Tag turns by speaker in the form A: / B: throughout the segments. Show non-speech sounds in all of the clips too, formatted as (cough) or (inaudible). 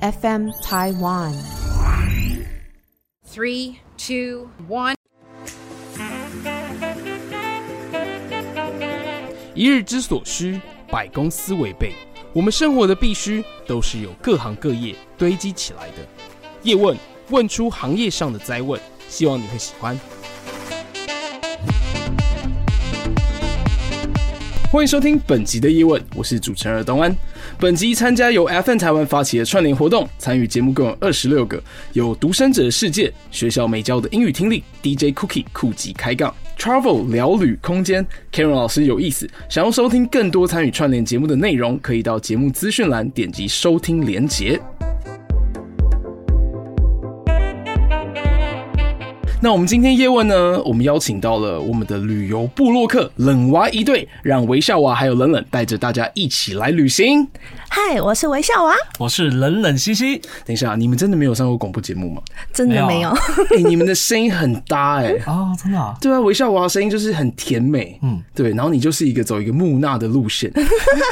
A: FM Taiwan。
B: Three, two, one.
C: 一日之所需，百公司为备。我们生活的必须，都是由各行各业堆积起来的。叶问问出行业上的灾问，希望你会喜欢。欢迎收听本集的叶问，我是主持人东安。本集参加由 FN 台湾发起的串联活动，参与节目共有二十六个，有独生者的世界、学校没教的英语听力、DJ Cookie 酷极开杠、Travel 聊旅空间、Karen 老师有意思。想要收听更多参与串联节目的内容，可以到节目资讯栏点击收听连结。那我们今天叶问呢，我们邀请到了我们的旅游部落客冷娃一队，让微笑娃还有冷冷带着大家一起来旅行。
D: 嗨，我是微笑娃，
E: 我是冷冷西西，
C: 等一下，你们真的没有上过广播节目吗？ (laughs)
D: 真的没有，
C: 哎、你们的声音很搭哎、
E: 哦，真的、啊，
C: 对啊，微笑娃的声音就是很甜美，嗯，对，然后你就是一个走一个木讷的路线， (laughs)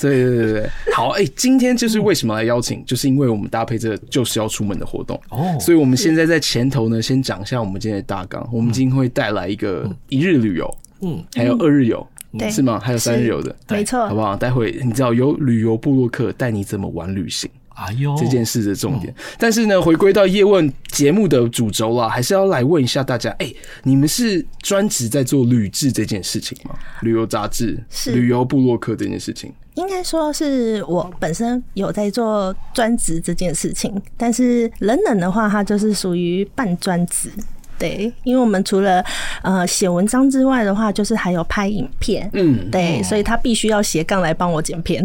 C: 对对对对，好，哎、今天就是为什么来邀请，就是因为我们搭配这就是要出门的活动，
E: 哦
C: 所以我们现在在前头呢，先讲一下我们今天的大纲，我们今天会带来一个一日旅游，嗯
E: 嗯，
C: 还有二日游，
D: 对
C: 是吗？还有三日游的，
D: 没
C: 好
D: 错，
C: 不好？待会你知道有旅游部落客带你怎么玩旅行。
E: 哎呦，
C: 这件事的重点。但是呢，回归到叶问节目的主轴啦，还是要来问一下大家，哎、你们是专职在做旅志这件事情吗？旅游杂志、
D: 是
C: 旅游部落客这件事情，
D: 应该说是我本身有在做专职这件事情，但是冷冷的话，它就是属于半专职。对，因为我们除了呃写文章之外的话，就是还有拍影片，
C: 嗯，
D: 对，所以他必须要斜杠来帮我剪片。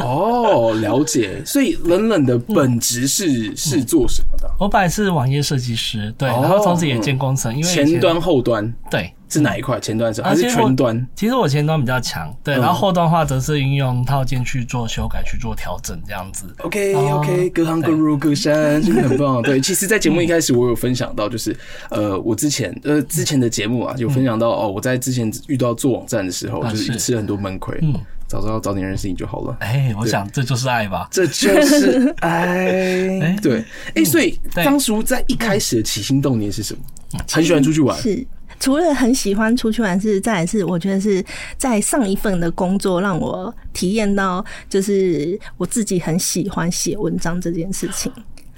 C: 哦，了解。所以冷冷的本质是、是做什么的？
E: 我本来是网页设计师，对，
C: 哦
E: 然后同时也兼工程，因为以前
C: 前端、后端
E: 对。
C: 是哪一块？前端是
E: 啊
C: 还是
E: 其实我
C: 全端？
E: 其实我前端比较强，对，
C: 嗯
E: 然后后端的话则是运用套件去做修改、去做调整这样子。
C: OK
E: 哦
C: OK，隔行各路各山，真的很棒。对，其实，在节目一开始，我有分享到，就是呃，我之前呃之前的节目啊，有分享到哦，我在之前遇到做网站的时候，
E: 啊
C: 就是
E: 是
C: 吃很多闷亏。
E: 嗯
C: 早知道早点认识你就好了。
E: 哎、我
C: 对
E: 想这就是爱吧。
C: 这就是哎
E: 哎，
C: 对，哎，所以
E: 对
C: 当初在一开始的起心动念是什么？很喜欢出去玩，
D: 是，除了很喜欢出去玩，是再来是我觉得是在上一份的工作让我体验到，就是我自己很喜欢写文章这件事情，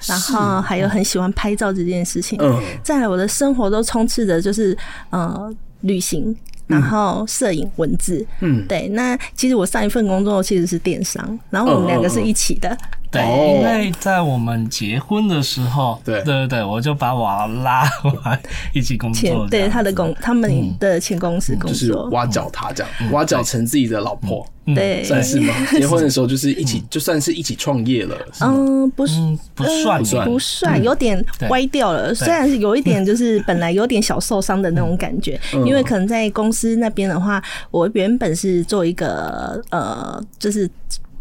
D: 然后还有很喜欢拍照这件事情。
C: 嗯，
D: 再来，我的生活都充斥着就是呃旅行。然后摄影、文字，
C: 嗯
D: 对。那其实我上一份工作其实是电商，然后我们两个
C: 嗯
D: 是一起的，
E: 对，
C: 哦
E: 因为在我们结婚的时候，
C: 对
E: 对对对，我就把娃拉 (laughs) 完一起工
D: 前
C: 哦
E: 作，
D: 对
E: 这样
D: 他的公，他们的前公司工
C: 嗯就是
D: 作，
C: 挖角他这样，挖角成自己的老婆，
E: 嗯
D: 对
C: 算是吗？结婚的时候就是一起，就算是一起创业了，是吗
D: 嗯，不是，
E: 嗯，不算
D: 呃
C: 算嗯
D: 不算，有点歪掉了。虽然是有一点，就是本来有点小受伤的那种感觉，
C: 嗯
D: 因为可能在公司那边的话，我原本是做一个呃，就是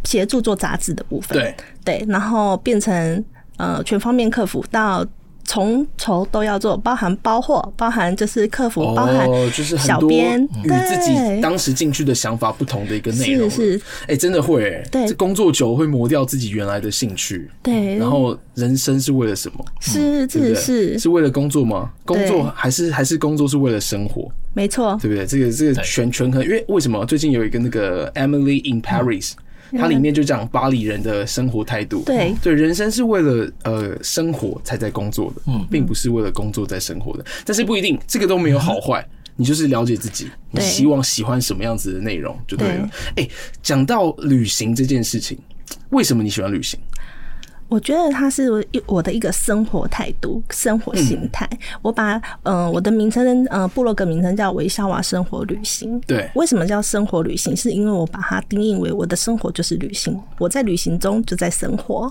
D: 协助做杂志的部分，
C: 对。
D: 对，然后变成呃全方面客服到。从头都要做，包含包货，包含就是客服，包含
C: 哦，就是很
D: 小
C: 多
D: 编，
C: 与自己
D: 对
C: 当时进去的想法不同的一个内容。
D: 是是，
C: 哎、真的会、欸，
D: 对
C: 这工作久会磨掉自己原来的兴趣。
D: 对
C: 然后人生是为了什么？
D: 是
C: 对不
D: 是
C: 对？
D: 是，
C: 为了工作吗？工
D: 对
C: 作还是还是工作是为了生活，
D: 没错，
C: 对不对？这个这个
E: 对
C: 权权衡，因为为什么最近有一个那个 Emily in Paris，、它里面就讲巴黎人的生活态度。
D: 嗯对
C: 对，人生是为了呃生活才在工作的，嗯，并不是为了工作在生活的。但是不一定，这个都没有好坏。你就是了解自己，你
D: 对
C: 希望喜欢什么样子的内容就对了。哎、讲到旅行这件事情，为什么你喜欢旅行？
D: 嗯我觉得它是我一我的一个生活态度、生活心态。我把嗯、呃我的名称呃部落格名称叫微笑娃生活旅行。
C: 对
D: 为什么叫生活旅行？是因为我把它定义为我的生活就是旅行，我在旅行中就在生活。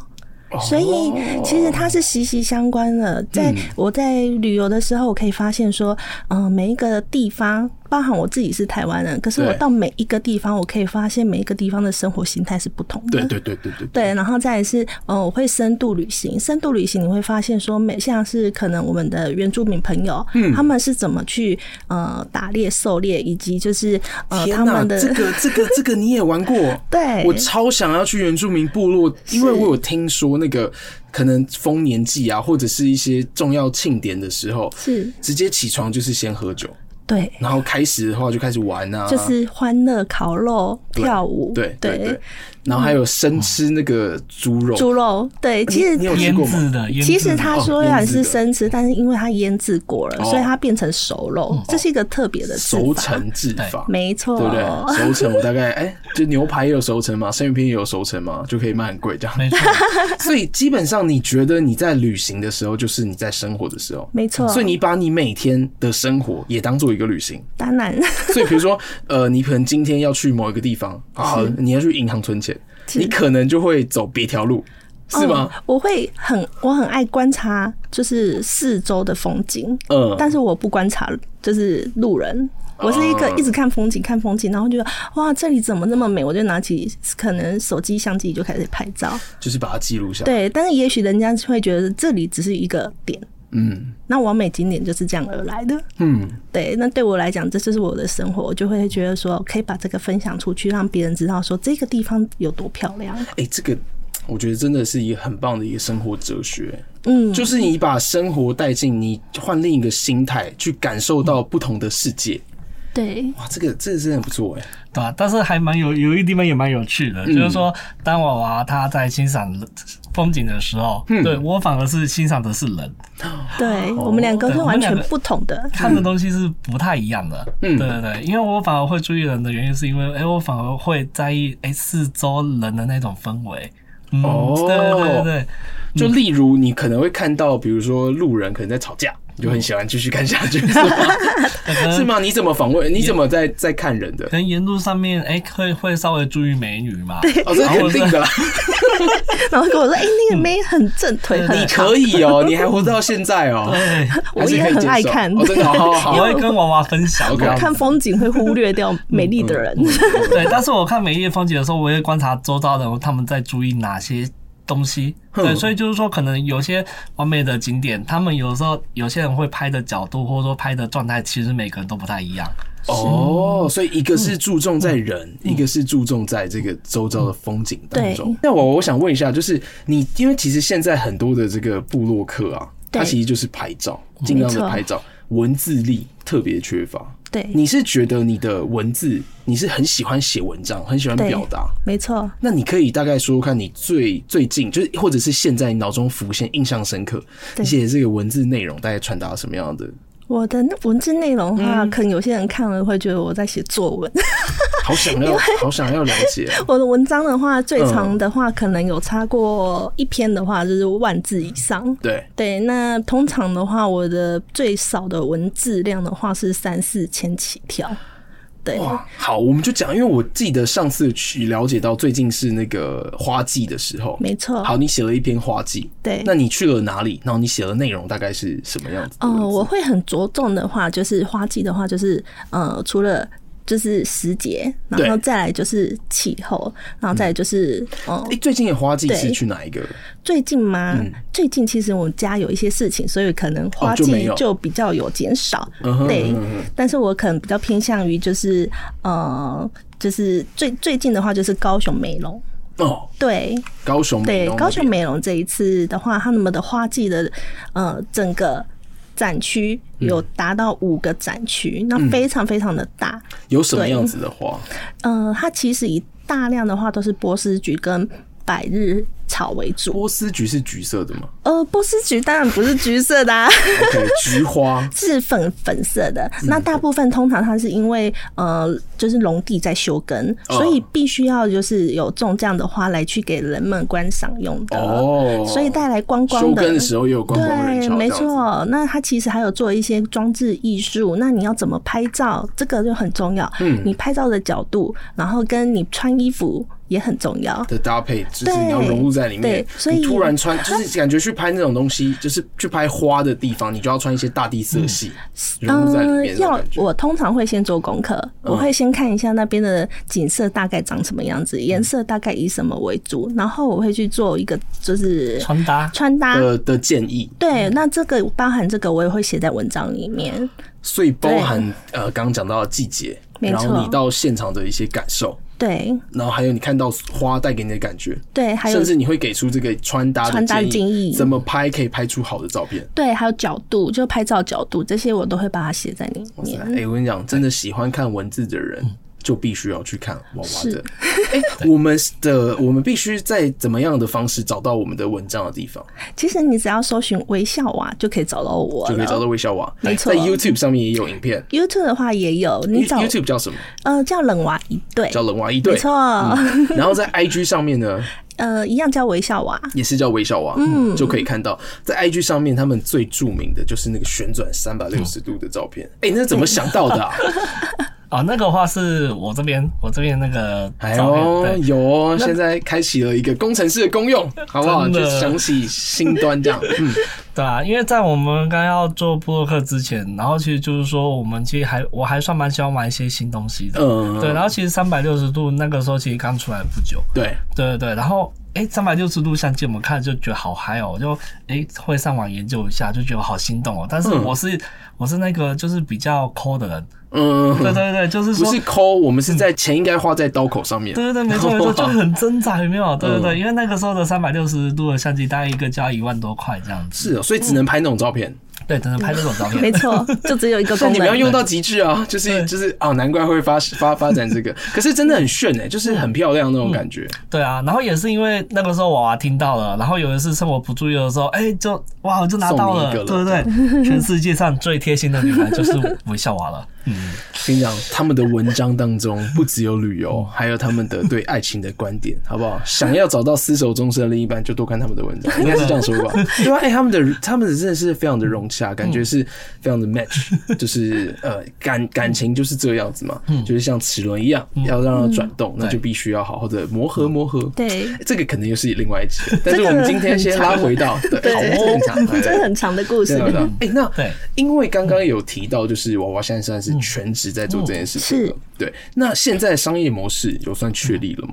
C: 哦
D: 所以其实它是息息相呃关的。在我在旅游的时候，我可以发现说，嗯、每一个地方包含我自己是台湾人，可是我
C: 对
D: 到每一个地方，我可以发现每一个地方的生活形态是不同的。
C: 对对对对对
D: 对，然后再来是，呃，我会深度旅行。深度旅行你会发现说，每像是可能我们的原住民朋友，
C: 嗯
D: 他们是怎么去呃打猎、狩猎，以及就是呃
C: 天
D: 他们的
C: 这个这个这个你也玩过？
D: (laughs) 对
C: 我超想要去原住民部落，因为我有听说那个可能丰年祭啊，或者是一些重要庆典的时候，
D: 是
C: 直接起床就是先喝酒，
D: 对。
C: 然后开始的话就开始玩啊，
D: 就是欢乐、烤肉、跳舞，
C: 对对对，然后还有生吃那个猪肉，
D: 猪肉，对，其实
C: 哦你有吃
E: 腌
C: 过吗？
E: 制的，腌制
D: 其
E: 的
D: 实它
C: 哦
D: 虽
C: 腌
D: 然
C: 制
D: 是
C: 的
D: 生吃，但是因为它腌制过了，
C: 哦
D: 所以它变成熟肉，这是一个特别的
C: 熟
D: 做法。
C: 成制法，
D: 没错， (laughs)
C: 对不对？熟成我大概哎、就牛排也有熟成嘛，生鱼片也有熟成嘛，就可以卖很贵这样。
E: 没错，
C: 所以基本上，你觉得你在旅行的时候，就是你在生活的时候，
D: 没错
C: 所以你把你每天的生活也当做一个旅
D: (laughs)
C: 行。
D: 当然，
C: 所以比如说，呃，你可能今天要去某一个地方，啊，你要去银行存钱，
D: 是
C: 你可能就会走别条路，是吗？
D: 嗯我会很，我很爱观察，就是四周的风景，
C: 嗯，
D: 但是我不观察就是路人。我是一个
C: 哦
D: 一直看风景、看风景，然后就哇，这里怎么那么美？我就拿起可能手机相机就开始拍照。
C: 就是把它记录下来。
D: 对，但是也许人家会觉得这里只是一个点，
C: 嗯
D: 那完美景点就是这样而来的。
C: 嗯，
D: 对，那对我来讲，这就是我的生活，我就会觉得说，可以把这个分享出去，让别人知道说这个地方有多漂亮。
C: 哎、这个我觉得真的是一个很棒的一个生活哲学，
D: 嗯，
C: 就是你把生活带进，你换另一个心态去感受到不同的世界。
D: 对，
C: 哇，这个这个真的不错哎、
E: 对吧、但是还蛮有，有一地方也蛮有趣的，就是说，当娃娃他在欣赏风景的时候，对我反而是欣赏的是人，
D: 对、我们两个是
E: 哦对我
D: 完
E: 们两
D: 全
E: 个
D: 不同的。 (laughs)
E: 看的东西是不太一样的。
C: 嗯
E: 对对对，因为我反而会注意人的原因，是因为哎、我反而会在意哎、四周人的那种氛围。嗯，
C: 哦
E: 对对对对，
C: 就例如你可能会看到，比如说路人可能在吵架，你就很喜欢继续看下去，是吗？是吗？你怎么访问？你怎么在在看人的
E: 可？能沿路上面哎、会会稍微注意美女嘛。
C: 哦，这肯定的啦，
D: 然后跟我说，哎、
E: 嗯
D: 那个妹很正，腿很
C: 你
D: 长。
C: 可以哦，你还活到现在哦，
E: 对，
D: 我
C: 还是
D: 也
C: 可以
D: 很
C: 接
D: 爱
C: 受
D: 看
C: 哦真的好好好
E: (laughs) 我会跟娃娃分享。
C: OK，
E: 这样
D: 看风景会忽略
E: 嗯
D: 掉美丽的人，
E: (laughs) 对，但是我看每一页风景的时候，我也观察周遭的人他们在注意哪些东西。对，所以就是说，可能有些完美的景点，他们有时候有些人会拍的角度，或者说拍的状态，其实每个人都不太一样。
C: 哦，所以一个是注重在人，一个是注重在这个周遭的风景当中
D: 嗯对。
C: 那我我想问一下，就是你，因为其实现在很多的这个部落客啊，
D: 对
C: 他其实就是拍照，尽量
D: 没
C: 的
D: 错
C: 拍照，文字力特别缺乏。
D: (laughs) 对，
C: 你是觉得你的文字，你是很喜欢写文章，很喜欢
D: 对
C: 表达。
D: 没错。
C: 那你可以大概说说看，你最最近就是，或者是现在你脑中浮现、印象深刻，你
D: 对
C: 写的这个文字内容大概传达什么样
D: (laughs)
C: 的？
D: 我的文字内容的话，
E: 嗯
D: 可能有些人看了会觉得我在写作文。 (laughs)
C: 好想要，好想要了解啊、
D: 我的文章的话，最
E: 嗯
D: 长的话可能有超过一篇的话，就是万字以上。
C: 对，
D: 对，那通常的话，我的最少的文字量的话是三四千起跳。对，
C: 哇，好，我们就讲，因为我记得上次去了解到最近是那个花季的时候，
D: 没错
C: 好，你写了一篇花季，
D: 对
C: 那你去了哪里？然后你写的内容大概是什么样子的文字？
D: 哦，我会很着重的话，就是花季的话，就是呃，除了就是时节，然后
C: 对
D: 再来就是气候，然后再来就是嗯、
C: 哎、最近的花季是
D: 对
C: 去哪一个？
D: 最近吗？最近其实我家有一些事情，所以可能
C: 嗯
D: 花
C: 哦就没
D: 季
C: 有
D: 就比较有减少。
C: 嗯哼
D: 对
C: 嗯哼嗯哼，
D: 但是我可能比较偏向于就是呃，就是最最近的话就是高雄美容。
C: 哦，
D: 对
C: 高雄美
D: 对
C: 浓，那
D: 高雄
C: 边
D: 美容这一次的话，他们的花季的呃整个展区
C: 嗯
D: 有达到五个展区，那非常非常的大。
C: 有什么
D: 对
C: 样子的花？
D: 呃，它其实以大量的话都是波斯菊跟百日草为主。
C: 波斯菊是橘色的吗
D: 呃，波斯菊当然不是橘色的、啊。 (laughs)
C: ？OK，菊花。
D: 是粉粉色的，
C: 嗯
D: 那大部分通常它是因为呃，就是农地在休耕，
C: 哦
D: 所以必须要就是有种这样的花来去给人们观赏用的，
C: 哦
D: 所以带来观光
C: 休
D: 的。
C: 耕的时候也有观光人
D: 对，
C: 潮，
D: 没
C: 这样子。
D: 错。那它其实还有做一些装置艺术，那你要怎么拍照，这个就很重要。嗯，你拍照的角度，然后跟你穿衣服也很重要。
C: 的搭配，就是你要融入在里面
D: 对。所以
C: 你突然穿，就是感觉去拍那种东西，就是去拍花的地方，你就要穿一些大地色系，融入在里面。
D: 嗯呃要我通常会先做功课，
C: 嗯
D: 我会先看一下那边的景色大概长什么样子，颜色大概以什么为主，然后我会去做一个就是
E: 穿搭
D: 穿搭。
C: 的的建议，
D: 对，那这个包含这个，我也会写在文章里面。
C: 所以包含呃刚刚讲到的季节，
D: 没
C: 然后
D: 错
C: 你到现场的一些感受，
D: 对
C: 然后还有你看到花带给你的感觉，
D: 对，还有
C: 甚至你会给出这个穿搭
D: 穿搭
C: 的
D: 的
C: 建
D: 建议
C: 怎么拍可以拍出好的照片。
D: 对，还有角度，就拍照角度这些，我都会把它写在里
C: 哇塞！
D: 面。
C: 哎、我跟你讲，真的喜欢看文字的人，
D: 嗯
C: 就必须要去看娃娃
D: (laughs)
C: 的。哎、我们的我们必须在怎么样的方式找到我们的文章的地方，
D: 其实你只要搜寻微笑娃就可以找到我
C: 就可以找
D: 了。
C: 到微笑娃。
D: 没错
C: 在 YouTube 上面也有影片。
D: YouTube 的话也有，你找
C: YouTube 叫什么？
D: 呃叫冷娃一对，
C: 叫冷娃一对。嗯
D: 没错，嗯 (laughs)
C: 然后在 IG 上面呢，
D: 呃一样叫微笑娃。
C: 也是叫微笑娃，嗯，就可以看到在 IG 上面，他们最著名的就是那个旋转三百六十度的照片。哎、那怎么想到的、啊？
E: 啊，那个话是我这边我这边那个
C: 哎
E: 照片
C: 呦，
E: 对
C: 有哦，现在开启了一个工程师的功
E: (laughs)
C: 用，好不好？
E: 真
C: 就
E: 的
C: 想起新端
E: (laughs)
C: 这样，嗯，
E: 对啊，因为在我们刚要做布洛克之前，然后其实就是说，我们其实还我还算蛮喜欢玩一些新东西的。
C: 嗯
E: 对，然后其实三百六十度那个时候其实刚出来不久。
C: 对，
E: 对对对，然后哎，三百六十度相机我们看就觉得好嗨哦，我就哎会上网研究一下，就觉得好心动哦。但
C: 嗯
E: 是我是、我是那个就是比较抠的人，对
C: 嗯，
E: 对对，就是
C: 不
E: 说嗯
C: 是抠，我们是在钱应该花在刀口上面，
E: 对对对，没错没
C: (laughs)
E: 错，就很挣扎，有没有？对对
C: 嗯
E: 对，因为那个时候的三百六十度的相机，大概一个就要一万多块这样子。
C: 是哦，所以只能拍那种照片，
E: 对，只能拍这种照
D: 没
E: 片。
D: 错，
C: (laughs)
D: 就只有一个
C: 但
D: 功
C: 你们要
D: 能。
C: 用到极致啊，就是就是哦，难怪会发发发展
E: (laughs)
C: 这个，可是真的很炫哎，就是很漂亮那种感觉，
E: 对啊，然后也是因为那个时候娃娃听到了，然后有一次趁我不注意的时候，哎，就哇，我就拿到
C: 送
E: 了，
C: 你一个
E: 对
C: 了
E: 不对？全世界上最贴心的女孩就是微笑娃了。
C: 跟你讲，他们的文章当中不只有旅游，
D: 嗯
C: 还有他们的对爱情的观点，好不好？想要找到厮守终身的另一半，就多看他们的文
D: (laughs)
C: 章，应该是这样说吧？对啊，哎、他们的他们的真的是非常的融洽，感觉
D: 嗯
C: 是非常的 match，就是
D: (laughs)
C: 呃感感情就是这样子嘛，
D: 嗯
C: 就是像齿轮一样，要让它转动，那就必须要好好的磨合磨合。
D: 嗯对，
C: 这个可能又是另外一集了，但是
D: 这个
C: 我们今天先
D: 很
C: 拉
D: 长
C: 回到对，
D: 对
C: 好哦，正常
D: 这很长的故
C: 对
D: 事
C: 啊。对啊，哎、那
E: 对
C: 因为刚刚有提到，就是娃娃现在算是全职在做这件事情了、
D: 嗯
C: 对，那现在商业模式有算确立了吗？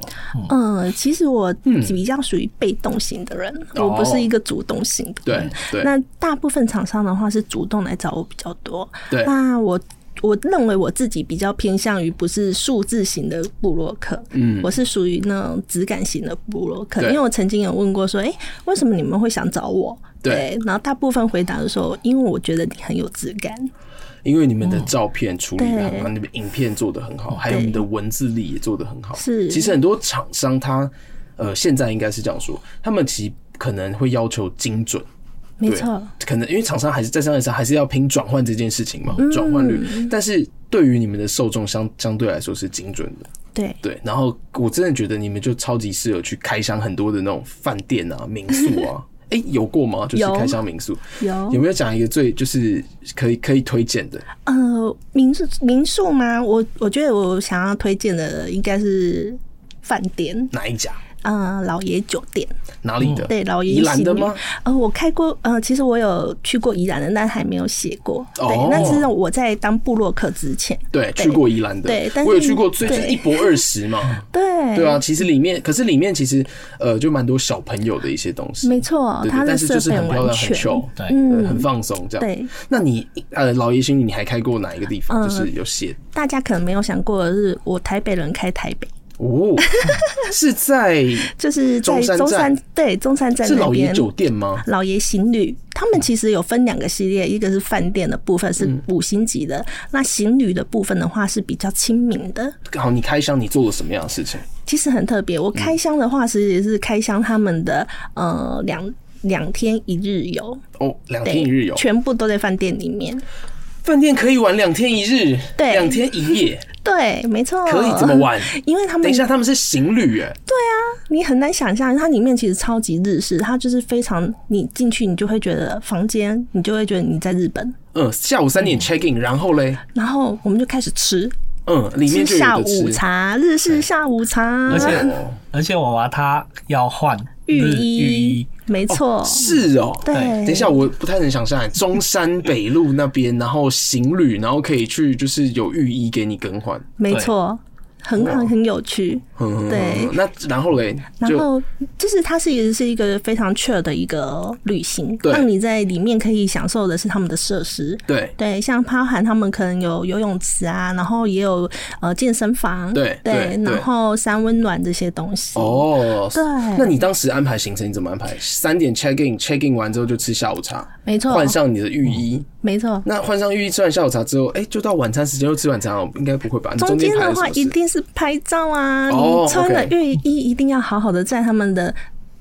D: 嗯，其实我比较属于被动型的人，
C: 哦
D: 我不是一个主动型的
C: 对
D: 人。
C: 对，
D: 那大部分厂商的话是主动来找我比较多。
C: 对
D: 那我。我认为我自己比较偏向于不是数字型的布洛克，
C: 嗯
D: 我是属于那种质感型的布洛克，
C: 对
D: 因为我曾经有问过说，哎、为什么你们会想找我？
C: 对
D: 然后大部分回答都说，因为我觉得你很有质感，
C: 因为你们的照片处理的很好，
D: 嗯对嗯
C: 你们影片做的很好，还有你们的文字力也做的很好。
D: 是
C: 其实很多厂商他呃现在应该是这样说，他们其实可能会要求精准。
D: 没
C: 对
D: 错，
C: 可能因为厂商还是在商业上还是要拼转换这件事情嘛，
D: 嗯
C: 转换率。但是对于你们的受众相相对来说是精准的，
D: 对，
C: 对，然后我真的觉得你们就超级适合去开箱很多的那种饭店啊、民宿
D: (laughs)
C: 啊。哎、有过吗？就是
D: 有
C: 开箱民宿，
D: 有
C: 有没有讲一个最就是可以可以推荐的？
D: 呃，民宿民宿吗？我我觉得我想要推荐的应该是饭店，
C: 哪一家？
D: 呃，老爷酒店。
C: 哪里的？
D: 嗯对，老爷
C: 宜兰的
D: 行
C: 吗？？
D: 呃，我开过，呃，其实我有去过宜兰的，但还没有写过。
C: 哦
D: 对，那是我在当部落客之前。
C: 对，去过宜兰的。
D: 对但是
C: 我有去过，最就是
D: 对
C: 一博二十
D: (laughs)
C: 嘛。
D: 对，
C: 对啊，，其实里面，可是里面其实呃，就蛮多小朋友的一些东西。
D: 没错
C: 对，对
D: 它
C: 但
D: 的
C: 是
D: 设
C: 就是
D: 备
C: 很漂
D: 完
C: 亮，很
D: 全。
C: 秀，
E: 对
C: 对，
D: 嗯
C: 很放松这样。
D: 对，
C: 那你呃，老爷星女，你还开过哪一个地方？
D: 嗯
C: 就是有写
D: 大家可能没有想过的是，我台北人开台北，
C: 哦， (laughs) 是在
D: 就是在
C: 中山
D: 中山
C: 站
D: 对中山站
C: 是
D: 那
C: 老爷
D: 边。
C: 酒店吗？
D: 老爷行旅，他们其实有分两个系列，一个是饭店的部分是
C: 嗯
D: 五星级的，那行旅的部分的话是比较亲民的。
C: 好，你开箱你做了什么样的事情？
D: 其实很特别。
C: 嗯
D: 我开箱的话，其实也是开箱他们的呃两两天一日游，
C: 哦，两
D: 对
C: 天一日游，
D: 全部都在饭店里面。
C: 饭店可以玩两天一日，
D: 对
C: 两天一
D: (laughs)
C: 夜
D: 对，没错。
C: 可以怎么？玩？
D: (laughs) 因为他
C: 等
D: 们
C: 一，下，他们是行旅哎，
D: 你很难想象，它里面其实超级日式，它就是非常，你进去你就会觉得房间，你就会觉得你在日本。
C: 嗯，下午三点 check in，然后嘞，
D: 然后我们就开始吃，
C: 嗯，里面
D: 吃
C: 就
D: 下
C: 有的
D: 午
C: 吃，
D: 茶，日式下午茶
E: 而。且
C: 哦，
E: 而且娃娃它要换
D: 浴
E: 日
D: 衣，
E: 浴衣，
D: 没错，
C: 是哦，
D: 对。
E: 等
C: 等一下，我不太能想象哎中山北路那边，然后行旅，然后可以去就是有浴衣给你更换。
D: 没错，很很很有趣。
C: 嗯
D: 对
C: 那然后嘞，
D: 然
C: 就
D: 后就是它是也是一个非常 chill 的一个旅行，
C: 对
D: 让你在里面可以享受的是他们的设施。
C: 对
D: 对，像包含他们可能有游泳池啊，然后也有呃健身房，
C: 对对对
D: 然后三温暖这些东西。，
C: 哦，
D: 对
C: 那你当时安排行程你怎么安排？三点 check in，check in 完之后就吃下午茶，
D: 没错，嗯
C: 换上你的浴衣。
D: 没错。
C: 那换上浴衣吃完下午茶之后，哎，就到晚餐时间又吃晚餐哦，应该不会吧？你
D: 中
C: 间
D: 间
C: 排
D: 的
C: 了什
D: 话
C: 么
D: 一
C: 事？
D: 定是拍照啊，
C: 哦
D: 你穿
C: OK
D: 了浴衣一定要好好的在他们的。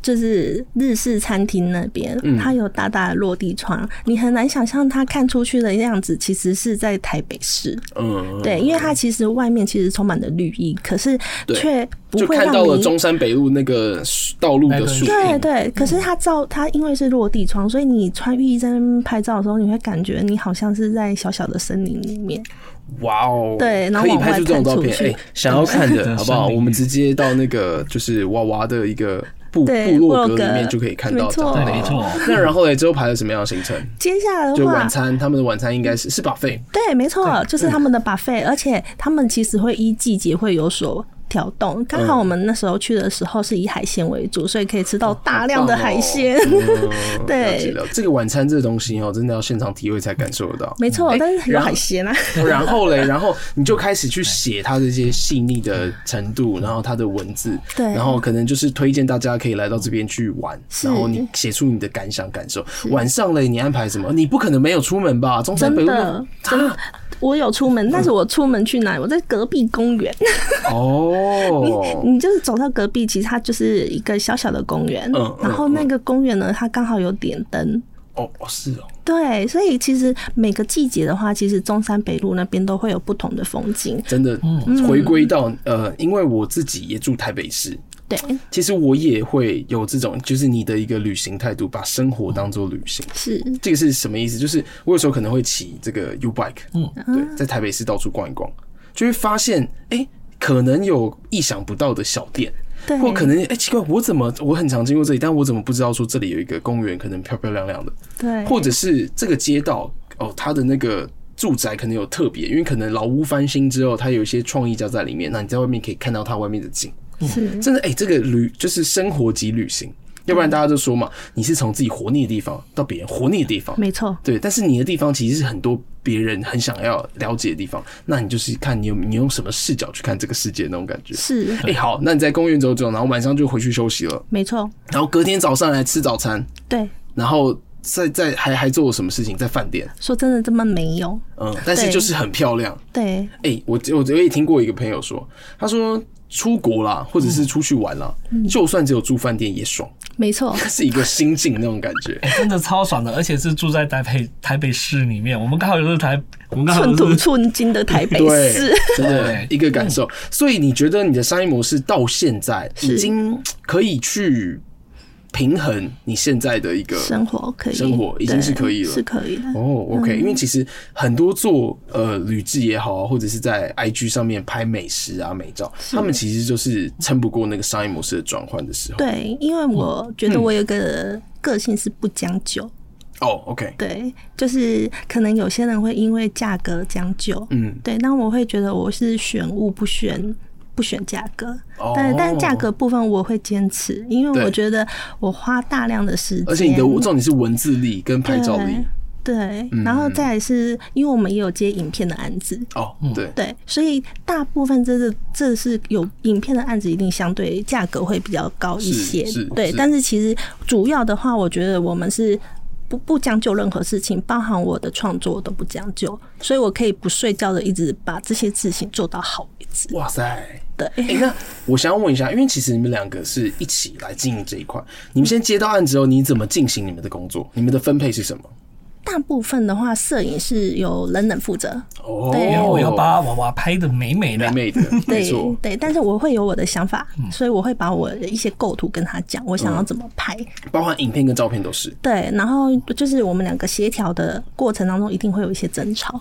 D: 就是日式餐厅那边，
C: 嗯
D: 它有大大的落地窗，你很难想象它看出去的样子，其实是在台北市。
C: 嗯，
D: 对，因为它其实外面其实充满了绿意，可是
C: 对
D: 却不
C: 就
D: 会
C: 看
D: 让
C: 到了
D: 你
C: 中嗯山北路那个树道路的树
D: 对
C: 荫。
D: 对，可是它照它因为是落地窗，所以你穿浴衣在那边拍照的时候，你会感觉你好像是在小小的森林里面。
C: 哇哦，
D: 对然后
C: 可以
D: 往
C: 拍
D: 外
C: 出这种
D: 看
C: 照
D: 出
C: 片，哎、
D: 去
C: 想要看的
E: (laughs) 对
C: 好不好？
E: 森林
C: 我们直接到那个就是娃娃的一个部
D: 对
C: 部落格
D: 部落
C: 里
D: 格
C: 面就可以看到
D: 没
C: 这
D: 错
C: 样的
E: 对没错。
C: 那然后嘞，之后排了什么样的行程？
D: 接下来
C: 就
D: 的话
C: 晚，餐，他们的晚餐应该是是 buffet
D: 对，没错，就是他们的 buffet，而且他们其实会依季节会有所。调动，刚好我们那时候去的时候是以海鲜为主，所以可以吃
C: 哦
D: 到大量的海鲜。 (laughs)
C: 嗯
D: 对
C: 了解了解这个晚餐这个东西哦，真的要现场体会才感受得
D: (laughs)
C: 到。
D: 没错，但是有
C: 哦哎然后
D: 海鲜啊。
C: 然后嘞，然后你就开始去写它的这些细腻的程度，然后它的文字，
D: 对
C: 然后可能就是推荐大家可以来到这边去玩，
D: 是
C: 然后你写出你的感想感受。晚上嘞，你安排什么？你不可能没有出门吧？中山北路
D: 真的
C: 啊，
D: 我有出门，但是我出门去哪里？我在隔壁公园。
C: 啊哦，
D: 你就是走到隔壁，其实它就是一个小小的公园，
C: 嗯
D: 然后那个公园呢，它刚好有点灯。
C: 哦哦是哦，
D: 对，所以其实每个季节的话，其实中山北路那边都会有不同的风景。
C: 真的
D: 嗯
C: 回归到呃，因为我自己也住台北市，
D: 对，
C: 其实我也会有这种，就是你的一个旅行态度，把生活当做旅行。
D: 是
C: 这个是什么意思？就是我有时候可能会骑这个 U bike，嗯，对，在台北市到处逛一逛，就会发现，哎、可能有意想不到的小店，
D: 对，
C: 或可能，哎、奇怪，我怎么我很常经过这里，但我怎么不知道说这里有一个公园，可能漂漂亮亮的，
D: 对，
C: 或者是这个街道哦，它的那个住宅可能有特别，因为可能老屋翻新之后，它有一些创意加在里面，那你在外面可以看到它外面的景，
D: 是
C: 真的哎、这个旅就是生活及旅行。要不然大家就说嘛，你是从自己活腻的地方到别人活腻的地方，
D: 没错，
C: 对，但是你的地方其实是很多别人很想要了解的地方，那你就是看你有你用什么视角去看这个世界那种感觉。
D: 是
C: 哎、好，那你在公园走走，然后晚上就回去休息了，
D: 没错，
C: 然后隔天早上来吃早餐，
D: 对。
C: 然后再再还还做了什么事情在饭店，
D: 说真的，这么没有，
C: 嗯，但是
D: 对
C: 就是很漂亮。
D: 对，
C: 哎、我我我也听过一个朋友说，他说出国啦，或者是出去玩啦，
D: 嗯
C: 就算只有住饭店也爽，(laughs)
D: 没错，
C: 是一个心境那种感
D: (laughs)
C: 觉。
D: 哎
E: 欸真的超爽的，而且是住在台北台北市里面。我们刚好就是台，我们刚好
D: 寸土
E: 就是
D: 寸金的台北
C: 对
D: 市，，
C: 真的
E: 对
C: 一个感受。所以你觉得你的商业模式到现在已经可以去平衡你现在的一个
D: 生活可以，
C: 生活已经
D: 对
C: 是可以了
D: 是可以的，嗯
C: 哦，OK，因为其实很多做呃旅志也好啊，或者是在 IG 上面拍美食啊、美照，他们其实就是撑不过那个商业模式的转换的时候。
D: 对，因为我
C: 嗯
D: 觉得我有个个性是不将就，
C: 哦，OK，
D: 对，就是可能有些人会因为价格将就，
C: 嗯，
D: 对，那我会觉得我是选物不选。不选价格，
C: 哦
D: 但但价格部分我会坚持，因为
C: 对
D: 我觉得我花大量的时间，
C: 而且你的重点是文字力跟拍照嗯力。
D: 对，然后再来是因为我们也有接影片的案子，
C: 哦，
E: 嗯
C: 对，
D: 对，所以大部分这是这是有影片的案子，一定相对价格会比较高一些
C: 是是，
D: 对
C: 是。
D: 但是其实主要的话，我觉得我们是不不将就任何事情，包含我的创作我都不将就，所以我可以不睡觉的一直把这些事情做到好为止。
C: 哇塞，
D: 对，
C: 哎、那我想要问一下，因为其实你们两个是一起来经营这一块，你们先接到案之后，你怎么进行你们的工作？你们的分配是什么？
D: 大部分的话，摄影是由冷冷负责，
C: 哦
D: 对
E: 我要把娃娃拍的美
C: 美
E: 美的，
C: 美的，没
D: 对
C: 错，嗯
D: 对，但是我会有我的想法，所以我会把我的一些构图跟他讲，我想要怎么拍。
C: 包含影片跟照片都是。
D: 对，然后就是我们两个协调的过程当中，一定会有一些争吵。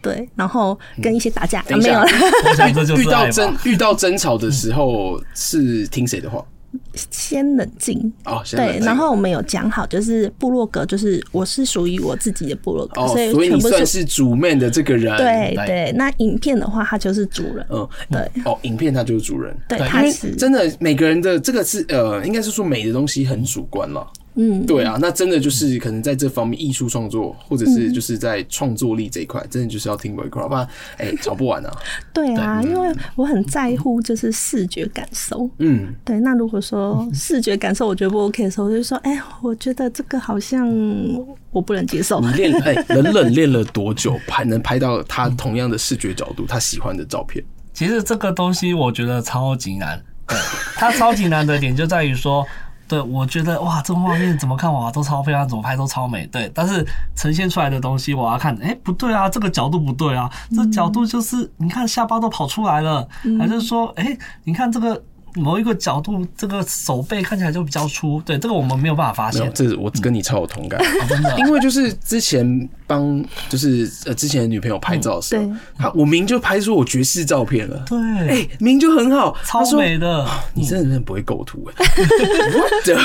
D: 对，然后跟一些打架，啊
C: 等一
D: 没
C: 下
D: 有啦， (laughs)
E: 我想这就是
C: 遇到
E: 爱
C: 争
E: 吧。
C: 遇到争吵的时候是听谁的
D: (laughs)
C: 话？
D: 先冷静。
C: 哦，先冷
D: 对，
C: 静
D: 然后我们有讲好，就是部落格，就是我是属于我自己的部落格，
C: 哦，
D: 所
C: 所以
D: 全
C: 你
D: 部
C: 算
D: 是
C: 是主 man 的这个人，
D: 对
E: 来
D: 对。那影片的话，它就是主人，
C: 嗯，
D: 对
C: 哦，影片它就是主人，
D: 对，
E: 对
D: 它是
C: 真的每个人的这个是呃，应该是说美的东西很主观了。
D: 嗯，
C: 对啊，那真的就是可能在这方面艺术创作，或者
D: 嗯
C: 是就是在创作力这一块，真的就是要听 v o c a 不然
D: (laughs)
C: 哎吵不完啊。
D: 对啊，
E: 对
D: 因为我很在乎就是视觉感受。
C: 嗯，
D: 对，那如果说视觉感受我觉得不 OK 的时候，我就说，哎、我觉得这个好像我不能接受
C: 你。练哎冷冷练了多久，拍能拍到他同样的视觉角度，他喜欢的照片？
E: 其实这个东西我觉得超级难，对， (laughs) 它超级难的点就在于说，对我觉得哇，这画面怎么看哇都超漂亮，怎么拍都超美，对，但是呈现出来的东西我要看，哎、不对啊，这个角度不对啊，这角度就是你看下巴都跑出来了，
C: 嗯
E: 还是说，哎、你看这个。某一个角度，这个手背看起来就比较粗，对，这个我们没有办法发
C: 没有
E: 现，
C: 这我跟你超有同感，
E: 哦真的。啊
C: 因为就是之前帮就是呃之前的女朋友拍照的时候
D: 嗯对，
C: 她我明就拍出我绝世照片了，
E: 对，
C: 哎明就很好，
E: 超
C: 她说
E: 美的。
C: 你真的真的不会构图
E: (laughs)
C: 哎、我的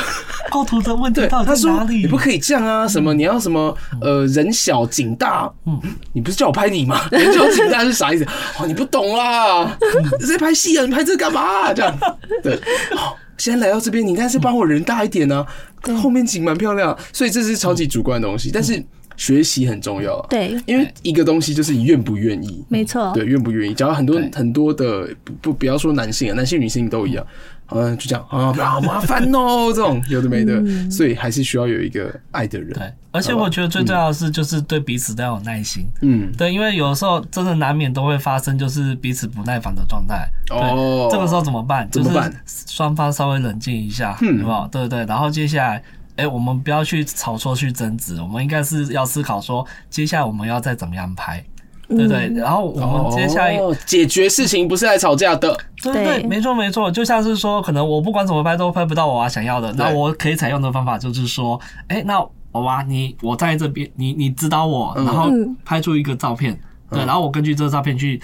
E: 构图的问题
C: 对，
E: 到
C: 他
E: 底在
C: 说
E: 哪里？
C: 你不可以这样啊，什么你要什么呃人小景大，嗯，你不是叫我拍你吗？ (laughs) 人小景大是啥意思？哦，你不懂啦，你在拍戏啊，你拍这干嘛、啊？这样对。哦现在来到这边，你应该是帮我人大一点呢、啊，后面景蛮漂亮，所以这是超级主观的东西，但是学习很重要啊。
D: 对，
C: 因为一个东西就是你愿不愿意，
D: 没错，
C: 对，愿不愿意？只要很多
E: 对
C: 很多的不不不要说男性啊，男性女性都一样，嗯，就这样啊，好麻烦哦，这种有的没的， (laughs) 所以还是需要有一个爱的人。
E: 嗯对，而且我觉得最重要的是，就是对彼此都要有耐心。
C: 嗯，
E: 对，因为有时候真的难免都会发生，就是彼此不耐烦的状态。对
C: 哦
E: 这个时候怎么办？
C: 怎
E: 就
C: 么
E: 是
C: 办嗯
E: 双方稍微冷静一下，好不好？对对，然后接下来。哎、我们不要去吵说去争执，我们应该是要思考说，接下来我们要再怎么样拍，对不对？然后我们接下来
C: 哦解决事情不是来吵架的，
E: 对对
D: 对
E: 对，没错没错，就像是说，可能我不管怎么拍都拍不到我娃想要的，那我可以采用的方法就是说，哎、那娃娃你我在这边，你你指导我，然后
D: 嗯
E: 拍出一个照片，
C: 嗯
E: 对，然后我根据这个照片去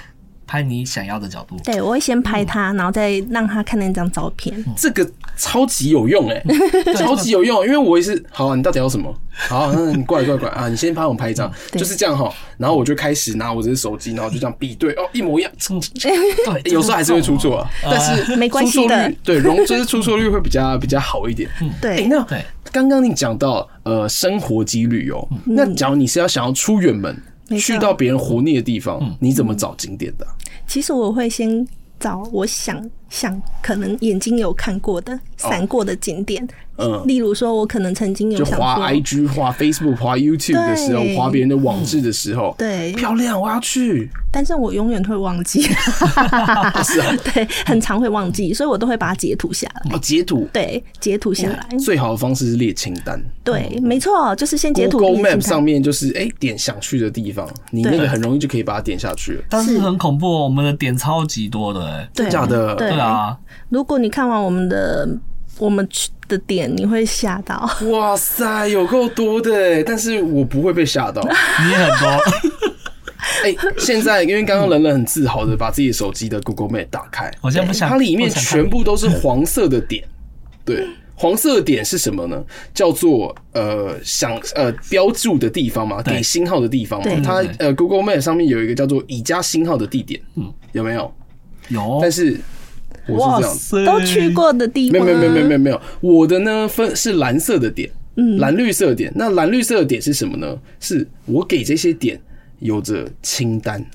E: 拍你想要的角度。
D: 对，我会先拍他，
C: 嗯
D: 然后再让他看那张照片。
C: 这个超级有用
E: (laughs)
C: 哎、超级有用，因为我也是，好、啊，你到底要什么？好啊、那你过来过来过来啊，你先帮我拍一张，
E: 嗯
C: (laughs)
D: 对
C: 就是这样哈。然后我就开始拿我的手机，然后就这样比对，哦，一模一样，
E: 嗯对，
C: 有时候还是会出错啊，但是
D: 没关系
C: 出错率
D: 的
C: 对，容就是出错率会比较比较好一点。
E: 嗯
C: 哎、
D: 对，嗯
C: 那
E: 对
C: 刚刚你讲到呃生活及旅游，那假如你是要想要出远门，
D: 没错嗯
C: 去到别人活腻的地方，你怎么找景点的啊？
D: 其实我会先找我想想可能眼睛有看过的、闪过的景点，
C: 嗯。
D: 例如说，我可能曾经有
C: 就
D: 想
C: 滑
D: 过，
C: IG、滑 Facebook、滑 YouTube 的时候，
D: 对
C: 滑别人的网志的时候，
D: 对
C: 漂亮，我要去。
D: 但是我永远会
C: (laughs)
D: 忘记，
C: 啊
D: 对，很常会忘记，所以我都会把它截图下来。
C: 哦，截图，
D: 对，截图下来，
C: 最好的方式是列清单。
D: 对，没错，就是先截图
C: Google
D: 列清
C: Map
D: 单
C: 上面就是哎、点想去的地方，你那个
E: 对
C: 很容易就可以把它点下去了。
E: 但是很恐怖、哦，我们的点超级多的、哎，
D: 对
C: 真假的
D: 对
E: 对啊，
D: 如果你看完我们的我们去的点，你会吓到。
C: 哇塞，有够多的欸，但是我不会被吓到。
E: 你也很多。 (laughs)
C: 哎、现在因为刚刚冷冷很自豪的把自己手机的 Google Map 打开，哎
E: 我现在不想，
C: 它里面
E: 不想看
C: 全部都是黄色的点，对。黄色的点是什么呢？叫做呃想呃标注的地方嘛，
E: 对
C: 给星号的地方嘛
D: 对。
C: 它
E: 对对
C: 呃 Google Map 上面有一个叫做已加星号的地点，嗯，有没有？
E: 有，
C: 但是我是这样子，
E: 塞
D: 都去，过的地
C: 没
D: 方，啊
C: 有没有没有没有没有没有，我的呢分是蓝色的点，蓝绿色的点。那蓝绿色的点是什么呢？是我给这些点有着清单。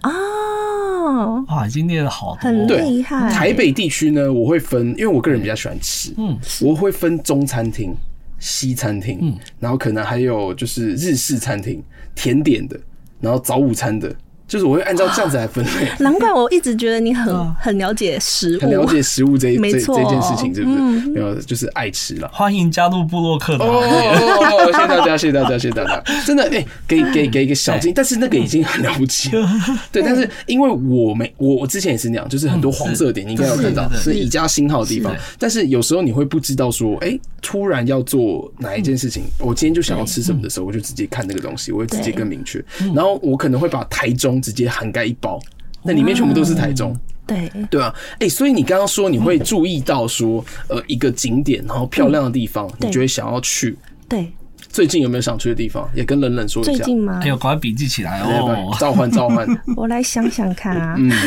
D: 哦，
E: 哇，已经列了好多
D: 很
E: 哦，
C: 对
D: 厉害。
C: 台北地区呢，我会分，因为我个人比较喜欢吃，嗯，我会分中餐厅、西餐厅，
D: 嗯
C: 然后可能还有就是日式餐厅、甜点的，然后早午餐的，就是我会按照这样子来分类，
D: 难怪我一直觉得你很
E: 嗯
D: 很了解食物，
C: 很了解食物这一
D: 没
C: 这
D: 错嗯
C: 这件事情，是不是？没有，就是爱吃了。
E: 欢迎加入布洛克的
C: 哦
E: 行列。
C: 哦哦！谢谢大家，谢谢大家，谢谢大家！真的，哎、给给给一个小金，但是那个已经很了不起了。对，但是因为我没我我之前也是那样，就是很多黄色的点你应该有看到，
E: 是是
C: 是以加星号的地方
E: 是。
C: 但是有时候你会不知道说，哎、突然要做哪一件事情，我今天就想要吃什么的时候，我就直接看那个东西，我会直接更明确。然后我可能会把台中直接涵盖一包，那里面全部都是台中。
D: 对，
C: 对啊，哎、所以你刚刚说你会注意到说，呃，一个景点，然后漂亮的地方，你
D: 对
C: 就会想要去。
D: 对，
C: 最近有没有想去的地方？也跟冷冷说
D: 最
C: 一下。
D: 近吗
E: 哎？呦，赶快笔记起来
C: 来吧
E: 哦！
C: 召
E: (laughs)
C: 唤召唤，
D: 我来想想看啊。
C: 嗯
D: (laughs)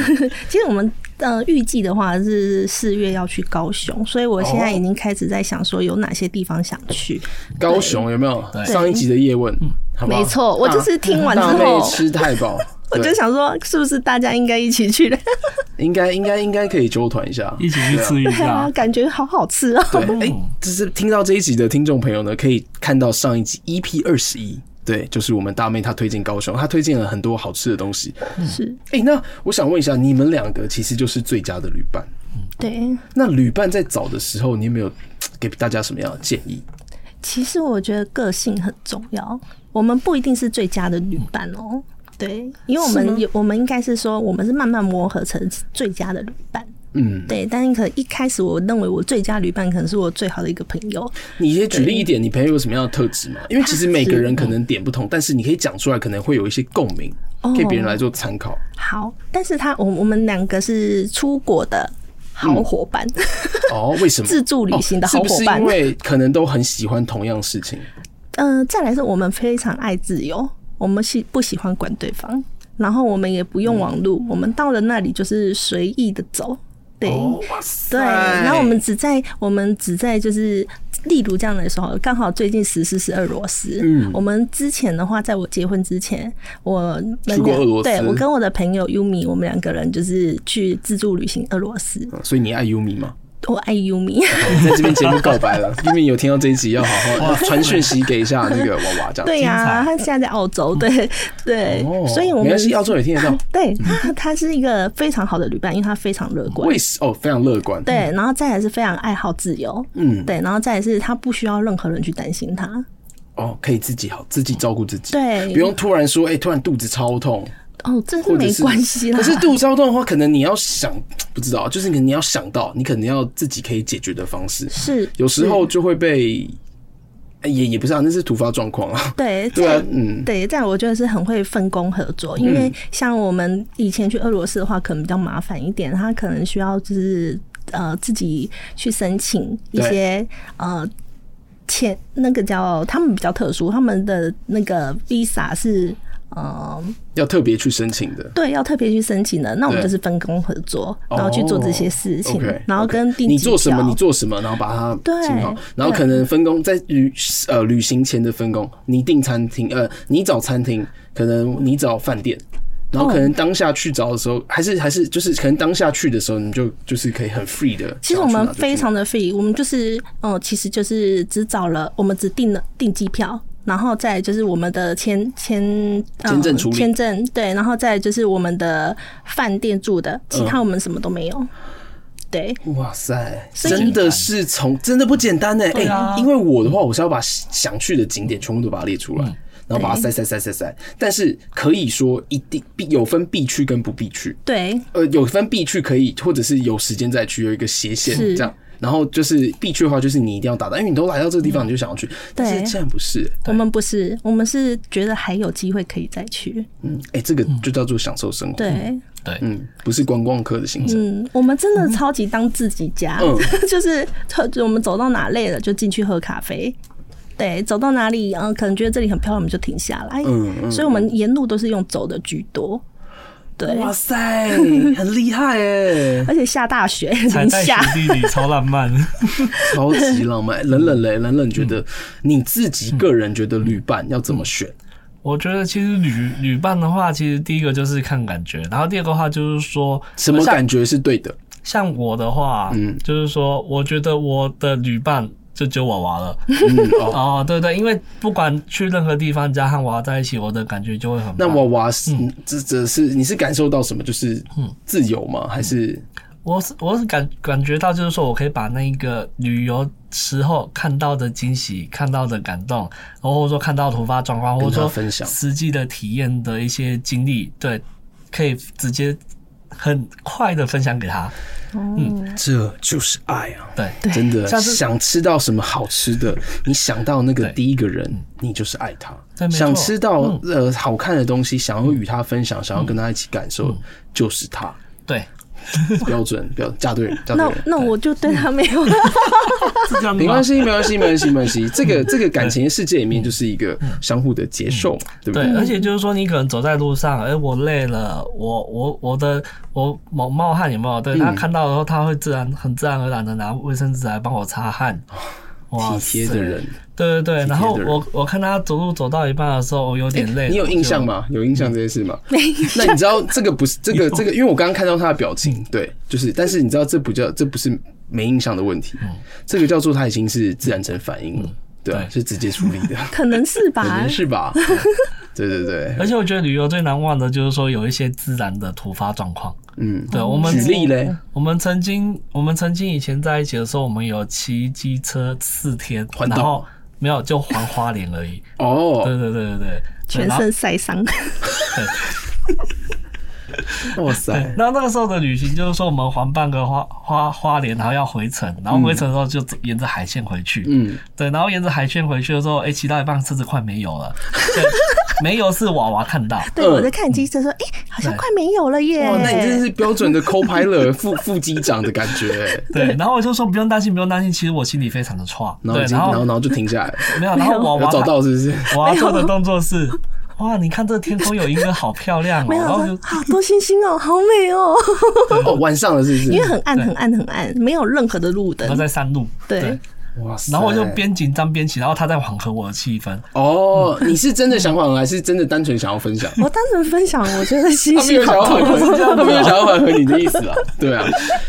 D: 其实我们呃预计的话是四月要去高雄，所以我现在已经开始在想说有哪些地方想去。
C: 高雄有没有？
E: 对嗯
C: 上一集的叶问，好嗯不好
D: 没错，我就是听完之
C: 大妹
D: 后，
C: 吃太饱，
D: (laughs) 我就
C: 对
D: 想说是不是大家应该一起
E: (laughs)
D: 去的？
C: 应该应该应该可以纠团一下。
E: 一起去吃一
D: 对啊
C: (laughs)
D: (laughs)
E: 下，，
D: 感觉好好吃哦。
C: 对，哎、就是听到这一集的听众朋友呢，可以看到上一集 EP 二十一，对，就是我们大妹她推荐高雄，她推荐了很多好吃的东西。
D: 是，
C: 哎、那我想问一下，你们两个其实就是最佳的旅伴。
D: 对。
C: 那旅伴在找的时候，你有没有嘖给大家什么样的建议？
D: 其实我觉得个性很重要，我们不一定是最佳的旅伴哦、对，因为我们有，我们应该是说，我们是慢慢磨合成最佳的旅伴。
C: 嗯，
D: 对，但是可能一开始我认为我最佳旅伴可能是我最好的一个朋友。
C: 你也举例一点，你朋友有什么样的特质吗？因为其实每个人可能点不同，但是你可以讲出来，可能会有一些共鸣，
D: 哦
C: 给别人来做参考。
D: 好，但是他我我们两个是出国的好伙伴，
C: 哦，为什么？
D: 自助旅行的好
C: 哦是
D: 伙
C: 不是
D: 伴
C: 因为可能都很喜欢同样事情？
D: 嗯、再来是我们非常爱自由，我们喜不喜欢管对方，然后我们也不用网路，
C: 嗯
D: 我们到了那里就是随意的走。对，
C: 哦，哇塞
D: 对，然后我们只在我们只在就是，例如这样的时候，刚好最近实施是俄罗斯。
C: 嗯
D: 我们之前的话，在我结婚之前，我们
C: 去过
D: 俩
C: 俄罗斯
D: 对我跟我的朋友 Yumi，我们两个人就是去自助旅行俄罗斯。
C: 嗯所以你爱 Yumi 吗？
D: 我
C: (laughs)
D: 爱 Yumi，
C: 你在这边节目告白了 (laughs) ，Yumi 有听到这一集要好好传讯息给一下那个娃娃这样。
D: 对呀、
E: 彩
D: 他现在在澳洲，对对，
C: 哦，
D: 所以我
C: 没
D: 们
C: 关系，澳洲也听得到。
D: 对 (laughs) 他，他是一个非常好的旅伴，因为他非常乐观
C: 嗯为。什哦，非常乐观。，
D: 对，然后再来是非常爱好自由，
C: 嗯，
D: 对，然后再来是他不需要任何人去担心他，
C: 哦，可以自己好，自己照顾自己，
D: 对
C: 不用突然说，哎、突然肚子超痛，
D: 哦，这是
C: 或者
D: 没
C: 是
D: 关系
C: (laughs)
D: 啦。
C: 可是肚子超痛的话，可能你要想，不知道，就是可能你要想到，你可能要自己可以解决的方式，
D: 是
C: 有时候就会被，哎也也不是啊，那是突发状况啊， (laughs)
D: 对
C: 对啊
D: 在，
C: 嗯，
D: 对，这样我觉得是很会分工合作，因为像我们以前去俄罗斯的话，可能比较麻烦一点，他可能需要就是呃自己去申请一
C: 对
D: 些呃。签那个叫他们比较特殊，他们的那个 visa 是呃
C: 要特别去申请的。
D: 对要特别去申请的，那我们
C: 对
D: 就是分工合作，然后去做这些事情，
C: o k
D: 然后跟定
C: 你
D: 期
C: 做什么，
D: 表
C: 你做什么，然后把它
D: 对
C: 定好，然后
D: 对
C: 可能分工在旅呃旅行前的分工，你订餐厅，呃，你找餐厅，可能你找饭店。然后可能当下去找的时候，还是还是就是可能当下去的时候，你就就是可以很 free 的。
D: 其实我们非常的 free，我们就是嗯，呃其实就是只找了，我们只订了订机票，然后再来就是我们的签签呃
C: 签证处理
D: 签证对，然后再来就是我们的饭店住的，
C: 嗯
D: 其他我们什么都没有。对，
C: 哇塞，
D: 所以
C: 真的是从真的不简单呢、哎、
E: 对啊
C: 因为我的话，我是要把想去的景点全部都把它列出
D: 嗯
C: 来，然后把它塞塞塞塞塞。但是可以说一定必有分必去跟不必去。
D: 对，
C: 呃，有分必去可以，或者是有时间再去，有一个斜线
D: 是
C: 这样。然后就是必去的话，就是你一定要达到，因为你都来到这个地方，你就想要去。但是现在不是，
D: 我们不是，我们是觉得还有机会可以再去。
C: 嗯，哎、这个就叫做享受生活。，
D: 对，
E: 对，
C: 嗯，不是观光客的行程。
D: 嗯，我们真的超级当自己家，
C: 嗯
D: (laughs) 就是就我们走到哪累了就进去喝咖啡。对，走到哪里，嗯、可能觉得这里很漂亮，我们就停下来。
C: 嗯嗯
D: 所以我们沿路都是用走的居多。对，
C: 哇塞，很厉害哎，
D: 而且下大雪，
E: 踩
D: 零
E: 在雪
D: 下。
E: 地里超浪漫。 (laughs)
C: 超级浪漫。冷冷嘞，冷冷觉
E: 嗯
C: 得你自己个人觉得旅伴要怎么选？
E: 我觉得其实旅旅伴的话，其实第一个就是看感觉，然后第二个话就是说
C: 什么
E: 像
C: 感觉是对的？
E: 像我的话，
C: 嗯
E: 就是说，我觉得我的旅伴就只有娃娃了。
C: 嗯哦，
E: 哦，对对，因为不管去任何地方，只要和娃娃在一起，我的感觉就会很
C: 那
E: 棒
C: 娃娃是
E: 嗯
C: 这这是你是感受到什么？就是自由吗？还是
E: 我是我是感感觉到，就是说我可以把那一个旅游时候看到的惊喜、看到的感动，然后或者说看到突发状况，或
C: 跟
E: 者
C: 他
E: 说
C: 分享
E: 实际的体验的一些经历，对，可以直接很快的分享给他。
C: 这就是爱啊？
E: 嗯对，
C: 真的
E: 像是
C: 想吃到什么好吃的，你想到那个
E: 对嗯
C: 第一个人，你就是爱他
E: 对。没错嗯
C: 想吃到呃好看的东西，想要与他分享，想要跟他一起感
E: 嗯
C: 受，就是
E: (laughs)
C: 他。
E: 对，
C: 标准
E: (laughs)
C: 标准嫁对人，嫁对
D: 那
C: 人。嗯
D: 那我就对他没有
E: 是这样
C: 没 (laughs)
E: 吗
C: 关系，没关系，没关系，没关
E: (laughs)
C: 系。这个这个感情世界里面就是一个
E: 嗯
C: 相互的接受，对不
E: 对，
C: 对？
E: 而且就是说，你可能走在路上，哎、我累了，我我我的我冒冒汗有没
C: 嗯
E: 有？对他看到的时候，他会自然很自然而然的拿卫生纸来帮我擦汗。哇
C: 体贴的人，
E: 对对对，
C: 体贴的人
E: 然后我我看他走路走到一半的时候，我有点累、
C: 哎你有印象？吗？有印象这件事吗？那你知道这个不是
E: (laughs)
C: 这个这个，因为我刚刚看到他的表
E: 嗯
C: 情，对，就是，但是你知道这不叫这不是没印象的问
E: 嗯
C: 题，这个叫做他已经是自然成反应了，对啊，
E: 对
C: 是直接处理
E: (laughs)
C: 的，
D: (laughs) 可能是
C: 可
D: 吧
C: 能？是吧？ (laughs) 对对对，
E: 而且我觉得旅游最难忘的就是说有一些自然的突发状况。
C: 嗯，
E: 对我们
C: 举例嘞，
E: 我们曾经，我们曾经以前在一起的时候，我们有骑机车四天，
C: 环岛
E: 然后没有就环花莲而已。
C: 哦
E: 对对对对对，
D: 全
E: 然后
D: 身晒伤，
C: 嗯哇塞，
E: 然后那个时候的旅行就是说，我们环半个花花花莲，然后要回程，然后回程的时候就沿着海线回去。
C: 嗯，
E: 对，然后沿着海线回去的时候，哎、骑到一半车子快没油了，
C: (laughs)
E: 对，没油是娃娃看到。
D: 对我在看机车说，哎，好像快没有了耶
C: 哇，！哦那你真的是标准的 co-pilot (laughs) 副副机长的感觉欸，
D: (laughs)
E: 对，然后我就说不用担心，不用担心。其实我心里非常的差，
C: 然后
E: 对，
C: 已经然
E: 然
C: 后哦
E: 后
C: 然后就停 (laughs) 下来了，
E: 没有，然后娃
C: 有
E: 娃
C: 找到是不是？
E: 娃娃做的动作是，哇，你看这天空有一个好漂亮哦，
D: (laughs) 没有
E: 然后
D: 说
E: 就
D: 好多星星哦，好美哦，
C: 哦，晚上了是不是？
D: 因为很暗，
E: 对
D: 很暗，很暗，没有任何的路
E: 然后
D: 灯。
E: 在山路，
D: 对
C: 哇塞，
E: 然后我就边紧张边骑，然后他在缓和我的气氛。
C: 哦，你是真的想缓和，还是真的单纯想要分
D: (laughs)
C: 享？
D: 我单纯分享，我觉得西
C: 他没
D: 西
C: 有想要
D: 好
C: 缓
D: 痛。
C: 和，他没有想要缓和你的意思啊， (laughs) 对啊，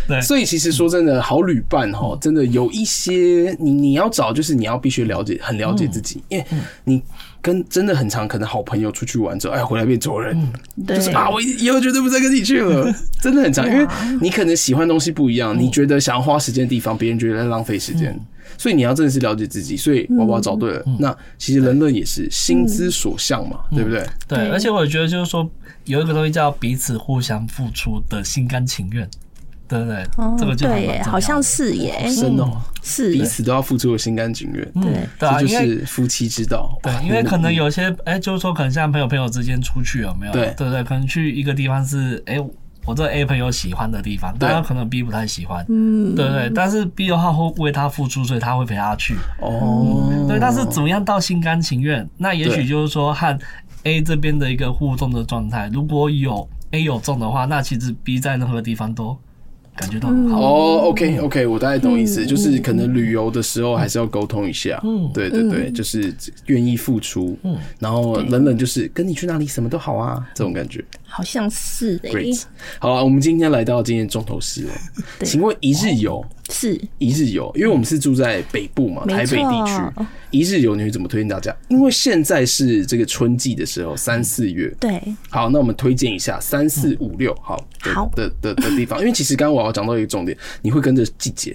E: 对
C: 所以其实说真的，好旅伴哈，真的有一些你你要找，就是你要必须了解，很了解自己，因为你跟真的很常可能好朋友出去玩之后，哎，回来变仇人，
D: 对
C: 就是啊，我以后绝对不再跟你去了，真的很常，因为你可能喜欢东西不一
E: 嗯
C: 样，你觉得想要花时间的地方，别人觉得在浪费时间。所以你要真的是了解自己，所以娃娃找对了。
E: 嗯
C: 那其实人乐也是心之所向嘛，对不对？
E: 对，
D: 对
E: 而且我觉得就是说，有一个东西叫彼此互相付出的心甘情愿，对不对？
D: 哦
E: 这个就还
D: 对
E: 蛮重
D: 耶，
E: 要的
D: 好像是耶，
C: 真的哦，
D: 是
C: 彼此都要付出的心甘情愿。
E: 嗯，对
C: 这
E: 啊，
C: 就
E: 因为
C: 是夫妻之道。哇
E: 对，因为可能有些哎，就是说可能像朋友朋友之间出去有没有？
C: 对
E: 对对，可能去一个地方是哎。我这 A 朋友喜欢的地方，
C: 对
E: 但他可能 B 不太喜欢，嗯，对不对？但是 B 的话会为他付出，所以他会陪他去，
C: 哦，
E: 对。但是怎么样到心甘情愿？那也
C: 对
E: 许就是说和 A 这边的一个互动的状态，如果有 A 有中的话，那其实 B 在任何地方都感觉到很好。
C: 哦，OK OK，我大概懂意思，就是可能旅游的时候还是要沟通一下。嗯，对对对，就是愿意付出。嗯，然后冷冷就是跟你去哪里什么都好啊，这种感觉。
D: 好像是诶
C: Great，，好了，我们今天来到今天重头戏了。
D: 对
C: 请问一日游，
D: 是
C: 一日游，因为我们是住在北部嘛，
D: 没
C: 台北地区
D: 错。
C: 一日游你会怎么推荐大家？因为现在是这个春季的时候，三四月。
D: 对，
C: 好，那我们推荐一下三四五六好的
D: 好
C: 的的的地方，因为其实刚刚我要讲到一个重点，你会跟着季节，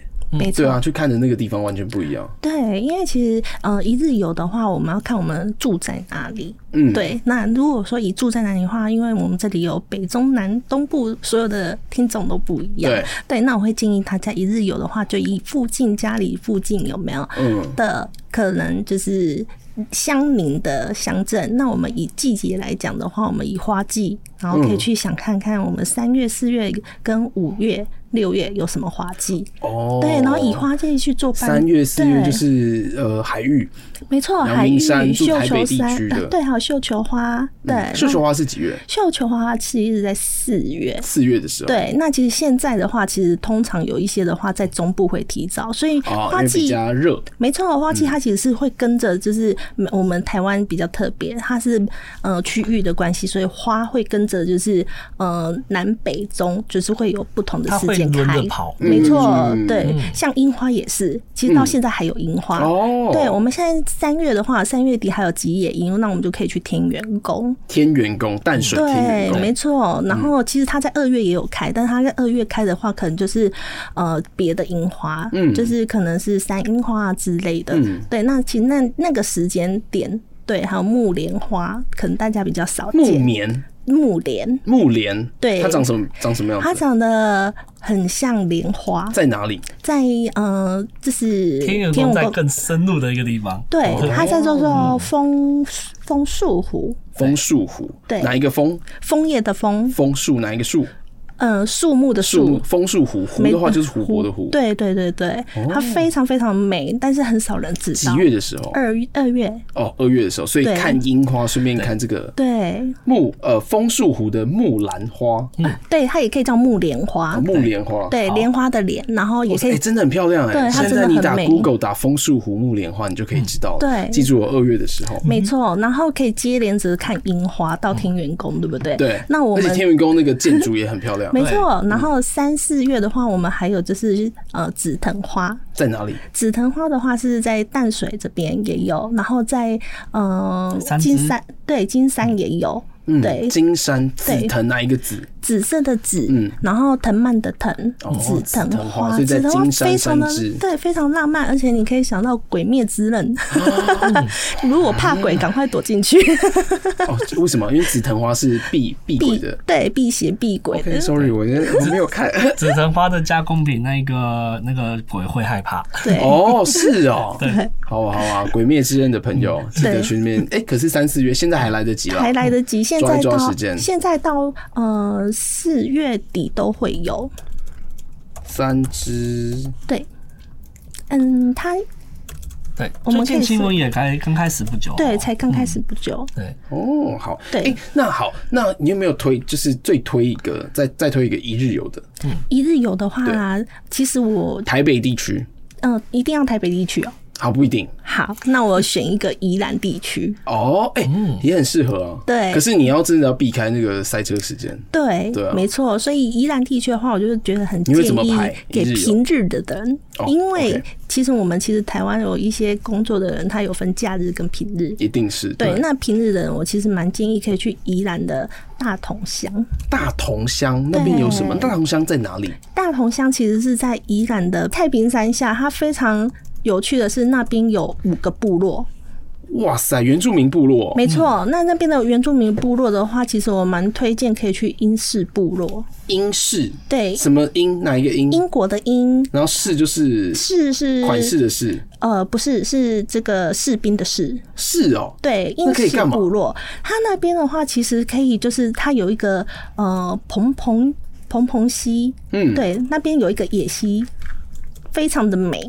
C: 对
D: 没错。
C: 啊，去看的那个地方完全不一样。
D: 对，因为其实呃，一日游的话，我们要看我们住在哪里。
C: 嗯，，
D: 对，那如果说一住在哪里的话，因为我们这里有北中南东部，所有的听众都不一样。
C: 对
D: 那我会建议大家一日游的话，就以附近家里附近有没有
C: 嗯，
D: 的，可能就是相邻的乡镇。那我们以季节来讲的话，我们以花季，然后可
C: 嗯
D: 以去想看看我们三月、四月跟五月、六月有什么花季。
C: 哦，
D: 对，然后以花季去做伴
C: 三月四月
D: 对
C: 就是呃海域，
D: 没错，
C: 阳
D: 海
C: 明
D: 芋、
C: 山住
D: 绣
C: 台北
D: 球
C: 地
D: 山 (laughs)
C: 区，的
D: 呃对，还有绣球花，对，
C: 绣球
D: 花，
C: 花是几月？
D: 绣球花其实在四月。
C: 四月的时候，，
D: 对，那其实现在的话，其实通常有一些的话在中部会提早，所以
C: 哦，因
D: 花
C: 为比
D: 季、
C: 较嗯热，
D: 没错，花季它其实是会跟着，就是嗯我们台湾比较特别，它是呃区域嗯的关系，所以花会跟着就是呃南北中，就是会有不同的
E: 它
D: 四
E: 会被
D: 解
E: 轮
D: 开
E: 着跑。
D: 没错
C: 嗯，
D: 对，像樱花也是，其实到现在还有樱花。
C: 哦，
D: 对，我们现在三月的话，三月底还有吉野樱，那我们就可以去天元宫。
C: 天元宫淡水天元
D: 对，
C: 宫，
D: 没错。
C: 嗯
D: 然后其实它在二月也有开，但它在二月开的话，可能就是呃别的樱花，
C: 嗯
D: 就是可能是山樱花啊之类的。
C: 嗯
D: 对，那其实那那个时间点，对，还有木莲花，可能大家比较少
C: 木
D: 见。
C: 棉
D: 木莲，
C: 木莲，
D: 对
C: 它长什么长什么样
D: 它
C: 子？
D: 长得很像莲花，
C: 在哪里？
D: 在呃，就是
E: 天元宫在更深入的一个地方，
D: 对，
C: 哦
D: 它叫
C: 嗯
D: 做枫枫树湖，
C: 枫树湖，
D: 对
C: 哪一个枫？
D: 枫叶的枫，
C: 枫树哪一个树？
D: 嗯、树木的
C: 树木
D: 树。呃
C: 枫树湖，湖的话就是湖泊的湖。，哦
D: 对对对对，它非常非常美，但是很少人知
C: 几
D: 道。
C: 月的时候？
D: 二月二月，
C: 哦，二月的时候，所以
D: 对
C: 看樱花，顺便看这个
D: 对
C: 木呃枫树湖的木兰花，
D: 对，它也可以叫木莲花
C: 啊，木莲花。
D: 对莲花的莲，然后也可
C: 哎、
D: 以
C: 真的很漂亮哎、
D: 对它
C: 现
D: 真的
C: 在
D: 很
C: 你打
D: 美嗯
C: Google 打枫树湖木莲花，你就可以知道了。
D: 对
C: 记住我二月的时候。
D: 没错，然后可以接连着看樱花到天元宫，对不对？
C: 嗯对，
D: 那我
C: 而且
D: 们
C: 天元宫那个建筑也很漂亮，嗯
D: 没错，然后三四月的话，我们还有就是呃紫藤花，
C: 在哪里？
D: 紫藤花的话是在淡水这边也有，然后在嗯、
E: 三
D: 金
E: 芝
D: 山对金山也有，
C: 嗯，
D: 对
C: 金山紫
D: 对
C: 藤那一个紫？
D: 紫色的紫，
C: 嗯
D: 然后藤蔓的藤，
C: 哦
D: 紫
C: 紫藤花
D: 花，
C: 所以在
D: 紫藤花
C: 金山
D: 非常的
C: 三芝
D: 对，非常浪漫，而且你可以想到《鬼灭之刃》 (laughs) 如果怕鬼，赶快躲进去，
C: 哦，为什么？因为紫藤花是
D: (laughs)
C: 避避鬼
D: 避
C: 的。
D: 对避邪避鬼的
C: OK，sorry，、我现在我没有看。
E: 紫藤花的加工品，那个那个鬼会害怕。
D: 对。
C: (laughs) 哦，是哦，
E: 对，
C: 好啊好啊，《鬼灭之刃》的朋友记得
D: 对
C: 去那边。哎、可是三四月现在还来得及啦，
D: 嗯还来得及，现在
C: 抓一抓
D: 到
C: 时间
D: 现在到呃四月底都会有，
C: 三只
D: 对，嗯，它
E: 对，
D: 我们
E: 最
D: 可以
E: 近新闻也开刚开始不久哦。
D: 对才刚开始不久，
E: 对，
C: 哦，好，
D: 对
C: 诶那好，那你有没有推？就是最推一个，再再推一个一日游的
D: 一日游的话，其实我
C: 台北地区？
D: 嗯、呃一定要台北地区哦。
C: 好，不一定
D: 好，那我选一个宜兰地区。
C: 哦，哎、也很适合啊。
D: 对
C: 可是你要真的要避开那个塞车时间，
D: 对，
C: 对啊
D: 没错。所以宜兰地区的话，我就是觉得很
C: 你
D: 建
C: 会怎么
D: 议
C: 排
D: 给
C: 一日游
D: 平日的人，
C: 哦
D: 因为
C: OK
D: 其实我们其实台湾有一些工作的人，他有分假日跟平日。
C: 一定是
D: 对，那平日的人，我其实蛮建议可以去宜兰的大同乡。
C: 大同乡那边有什么？
D: 对
C: 大同乡在哪里？
D: 大同乡其实是在宜兰的太平山下，它非常有趣的是那边有五个部落。
C: 哇塞，原住民部落，
D: 没错，
C: 嗯
D: 那那边的原住民部落的话，其实我蛮推荐可以去英式部落。
C: 英式
D: 对，
C: 什么英？哪一个英？
D: 英国的英
C: 然后式就是
D: 士是
C: 款式的式，
D: 呃，不是是这个士兵的士。
C: 是哦，
D: 对，
C: 那
D: 英
C: 可以
D: 式
C: 干嘛
D: 部落，它那边的话，其实可以就是它有一个呃蓬蓬蓬蓬溪，
C: 嗯，
D: 对，那边有一个野溪，非常的美。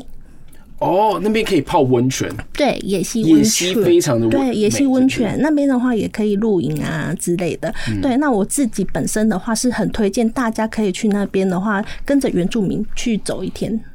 C: 哦，那边可以泡温泉，
D: 对，野溪
C: 野
D: 温
C: 溪
D: 泉
C: 非常的
D: 对，野溪温泉
C: 美
D: 那边的话也可以露营啊之类的。
C: 嗯
D: 对，那我自己本身的话是很推荐大家可以去那边的话，跟着原住民去走一天。 (laughs)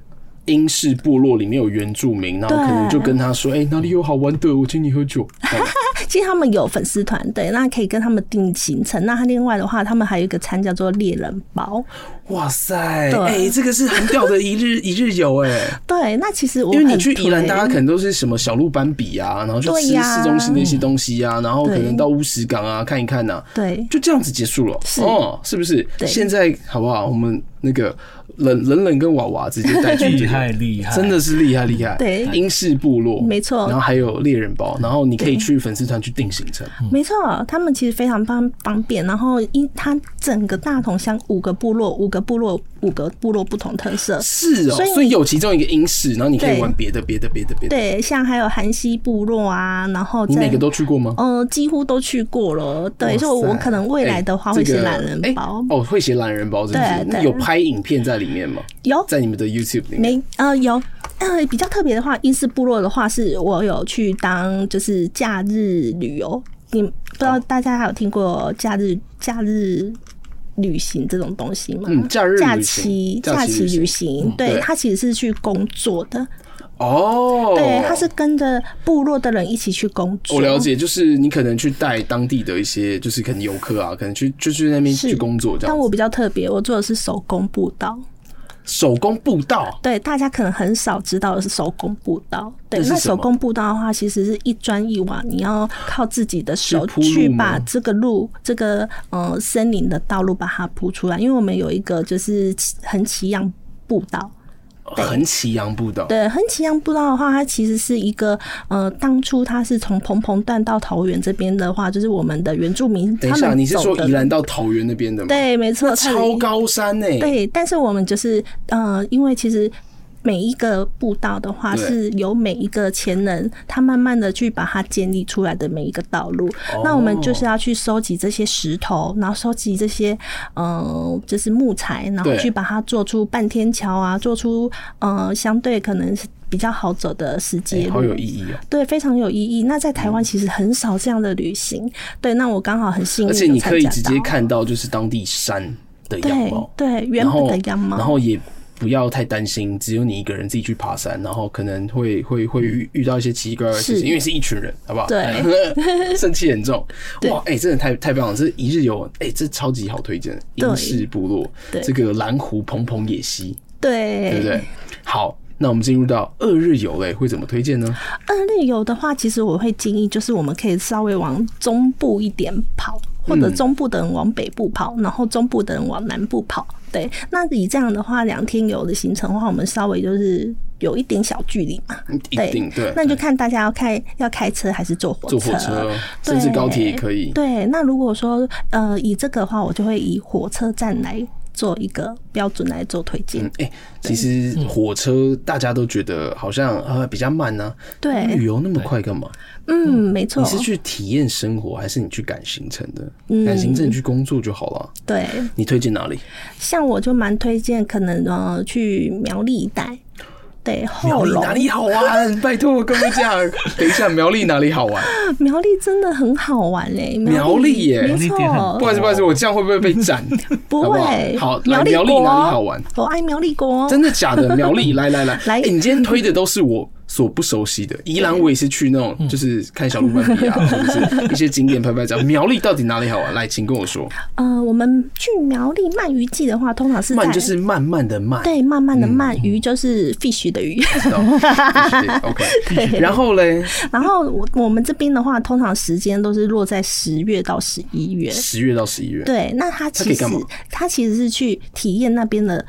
C: 英式部落里面有原住民，然后可能就跟他说，哎、哪里有好玩的，我请你喝
D: (laughs)
C: 酒。这样
D: 其实他们有粉丝团队，那可以跟他们定行程。那他另外的话，他们还有一个餐叫做猎人包。
C: 哇塞，哎
D: 对、
C: 这个是很屌的一日一日游哎、
D: 对，那其实我
C: 因为你
D: 很
C: 去宜兰，
D: 推
C: 大家可能都是什么小鹿斑比啊，然后去
D: 对
C: 吃
D: 呀
C: 市中心的一些东西啊，然后可能
D: 对
C: 到乌石港啊看一看呐、啊，
D: 对
C: 就这样子结束了，
D: 是
C: 哦，是不是？
D: 对
C: 现在好不好？我们那个冷冷冷跟娃娃直接带
D: (laughs)
C: 去这
E: 厉
C: 个
E: 害厉害，
C: 真的是厉害厉害。
D: 对
C: 英式部落
D: 没错
C: 然后还有猎人包，然后你可以去粉丝团去定行程。
D: 没错，他们其实非常方方便。然后因它整个大同乡五个部落，五个部落五个部落不同特色。
C: 是哦
D: 所以，你
C: 所以有其中一个英式，然后你可以
D: 对
C: 玩别的别的别的别的。
D: 对，像还有韩西部落啊，然后
C: 你
D: 在
C: 每个都去过吗？
D: 呃几乎都去过了。对，所以我
C: 哇塞
D: 可能未来的话
C: 哎
D: 会
C: 这
D: 写
C: 个
D: 懒人
C: 哎
D: 包，
C: 哦，会写懒人包，真是
D: 对
C: 那
D: 对
C: 有拍影片在里面吗？
D: 有
C: 哎在你们的 YouTube 里面。
D: 没呃有呃比较特别的话，英式部落的话是我有去当就是假日旅游，你不知道大家还有听过假日假日旅行这种东西吗？
C: 嗯假日
D: 假
C: 旅行
D: 期
C: 假期旅
D: 期
C: 行嗯
D: 旅行，
C: 对
D: 对，它其实是去工作的，
C: 哦，
D: 对，它是跟着部落的人一起去工作。
C: 我了解，就是你可能去带当地的一些，就是可能游客啊，可能去就去那边
D: 是
C: 去工作这
D: 但
C: 样
D: 我
C: 子。
D: 比较特别，我做的是手工步道，
C: 手工步道，
D: 对，大家可能很少知道的是手工步道。对
C: 这，是
D: 那
C: 什么
D: 手工步道的话，其实是一砖一瓦，你要靠自己的手
C: 是铺路
D: 去
C: 吗
D: 把这个路、这个呃森林的道路把它铺出来。因为我们有一个就是横旗样步道，
C: 横旗洋步道，
D: 对，横旗样步道的话，它其实是一个呃，当初它是从蓬蓬段到桃园这边的话，就是我们的原住民
C: 等
D: 他
C: 一
D: 们
C: 下，你是
D: 走
C: 说
D: 的
C: 宜兰到桃园那边的吗？，
D: 对，没错，它的
C: 超高山欸呢、
D: 对，但是我们就是呃，因为其实。每一个步道的话，
C: 对
D: 是由每一个前人他慢慢的去把它建立出来的每一个道路。那我们
C: 哦
D: 就是要去收集这些石头，然后收集这些呃，就是木材，然后
C: 对
D: 去把它做出半天桥啊，做出呃相对可能是比较好走的石阶
C: 哎
D: 路。
C: 好有意嗯义哦、
D: 对，非常有意义。那在台湾其实很少这样的旅行。对，那我刚好很幸运，
C: 而且你可以直接。看到就是当地山的样
D: 对
C: 貌，
D: 对，原
C: 然
D: 本
C: 后
D: 的样貌。
C: 然后也不要太担心，只有你一个人自己去爬山，然后可能会会会遇遇到一些奇奇怪怪的事
D: 是
C: 情，因为是一群人，好不好？
D: 对，
C: (laughs) 生气很重。
D: 对
C: 哇，哎、真的太太棒了！这一日游，哎、这超级好推荐，
D: 对
C: 英式部落，
D: 对
C: 这个蓝湖蓬蓬野溪，
D: 对，
C: 对不对？好。那我们进入到二日游嘞，会怎么推荐呢？
D: 二日游呃的话，其实我会建议，就是我们可以稍微往中部一点跑，或者中部的人往北部跑，然后中部的人往南部跑。对，那以这样的话，两天游的行程的话，我们稍微就是有一点小距离嘛。
C: 一
D: 对
C: 定对，
D: 那就看大家要开要开车还是坐火
C: 嗯坐火车，甚至高铁也可以。
D: 对，那如果说呃以这个的话，我就会以火车站来做一个标准来做推荐。
C: 嗯，哎、其实火车大家都觉得好像呃比较慢呢、旅
D: 对，
C: 游那么快干嘛？
D: 嗯，没错
C: 你，是去体验生活，还是你去赶行程的？
D: 嗯
C: 赶行程你去工作就好了。
D: 对。
C: 你推荐哪里？
D: 像我就蛮推荐，可能呃去苗栗一带，对后
C: 苗栗
D: 龙，
C: 哪里好玩？ (laughs) 拜托跟我讲。等一下，苗栗哪里好玩？
D: 啊苗栗真的很好玩嘞、
C: 苗栗哎耶
D: 没
E: 苗栗点很
D: 错
C: 不，好意思，不好意思，我这样会不会被斩？
D: 不
C: 好不
D: 会，
C: 好好，
D: 苗
C: 来
D: 栗
C: 苗栗
D: 国
C: 哪里好玩？？
D: 我爱苗栗国，
C: 真的假的？苗栗，来来来，
D: 来
C: 哎你今天推的都是我所不熟悉的。宜兰我也是去那种，就是看小鹿斑比啊，或者是一些景点拍拍照。苗栗到底哪里好玩？来，请跟我说。
D: 呃，我们去苗栗鳗鱼季的话，通常是在
C: 慢就是嗯慢慢的慢，
D: 对慢慢的鳗鱼就是 fish
C: (laughs)
D: 的鱼，
C: 知道吗对？OK。然后嘞，
D: (laughs) 然后我我们这边的话，通常时间都是落在十月到十一月，
C: 十月到十一月，
D: 对，那他
C: 可
D: 其
C: 以
D: 实
C: 干嘛
D: 他其实是去体验那边的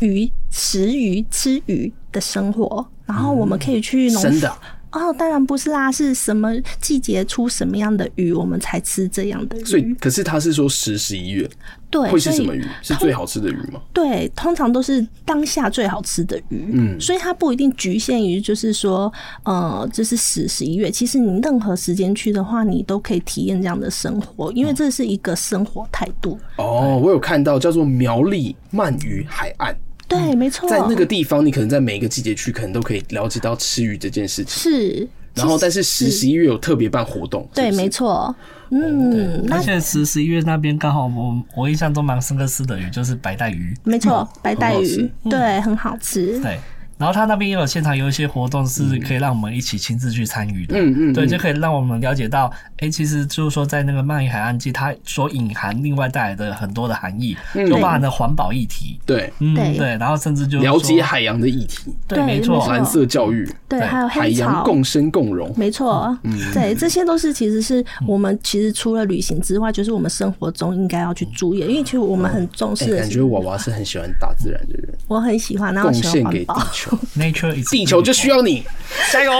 D: 鱼食鱼吃鱼的生活，然后我们可以去农、
C: 生的啊。
D: 哦，当然不是啦，是什么季节出什么样的鱼，我们才吃这样的
C: 所以
D: 鱼。，
C: 可是他是说十、十一月
D: 对，
C: 会是
D: 所以
C: 什么鱼？是最好吃的鱼吗？
D: 对，通常都是当下最好吃的鱼，
C: 嗯
D: 所以它不一定局限于就是说，呃，就是十十一月，其实你任何时间去的话，你都可以体验这样的生活，
C: 嗯
D: 因为这是一个生活态度。
C: 哦，我有看到叫做苗栗鳗鱼海岸，
D: 对，没错，
C: 在那个地方，你可能在每一个季节去，可能都可以了解到吃鱼这件事情。
D: 是，
C: 然后，但是十、十一月有特别办活动，
D: 对，
C: 是不是
D: 没错，嗯，
E: 而
D: 那
E: 且十十一月那边刚好我我印象中蛮深刻吃的鱼就是白带鱼，
D: 没错，白
C: 嗯
D: 带
C: 好嗯
D: 鱼
C: 吃，
D: 对，很好吃，
E: 对。然后他那边也有现场有一些活动是可以让我们一起亲自去参与的，
C: 嗯嗯
E: 对，就可以让我们了解到，哎，其实就是说在那个鳗鱼海岸季，它所隐含另外带来的很多的含义，
C: 嗯
E: 就包含了环保议题，
C: 对，
E: 嗯，
D: 对
E: 对，然后甚至就是
C: 了解
E: 说，
C: 海洋的议题，
E: 对，没
D: 对没
E: 错
D: 错，
C: 蓝色教育，
D: 对，
E: 对
D: 还有
C: 海
D: 黑
C: 洋
D: 草，
C: 共嗯生共荣。
D: 没错，对，这些都是其实是我们其实除了旅行之外，就是我们生活中应该要去注意的，因为其实我们很重
C: 哎、
D: 视的
C: 感觉
D: 是，
C: 娃娃是很喜欢大自然的人，
D: 我很喜欢，然后
C: 贡
D: 喜
C: 献
D: 欢
C: 给
D: 环
C: 地
D: 保， (laughs)
C: 球，
E: ，nature is
C: 地球就需
E: beautiful
C: 要你加油！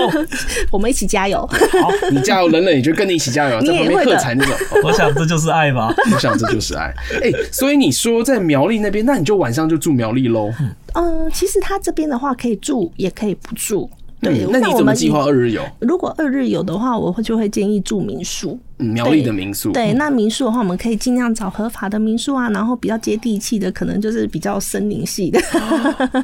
D: 我们一起加油， (laughs)
C: 你加油，冷冷也就跟你一起加油，
D: 你
C: 在旁
D: 也
C: 边
D: 会的
C: 喝彩那种。哦
E: 我想这就是爱吧。
C: 我想这就是爱。 (laughs) 哎、所以你说在苗栗那边，那你就晚上就住苗栗喽。
D: 嗯，其实他这边的话可以住也可以不住，对
C: 嗯，那你
D: 我
C: 怎么
D: 们
C: 计
D: 以
C: 划二日游？
D: 如果二日游的话，我会就会建议住民宿。
C: 嗯苗栗的民宿，
D: 对，那民宿的话，我们可以尽量找合法的民宿啊，然后比较接地气的，可能就是比较森林系的。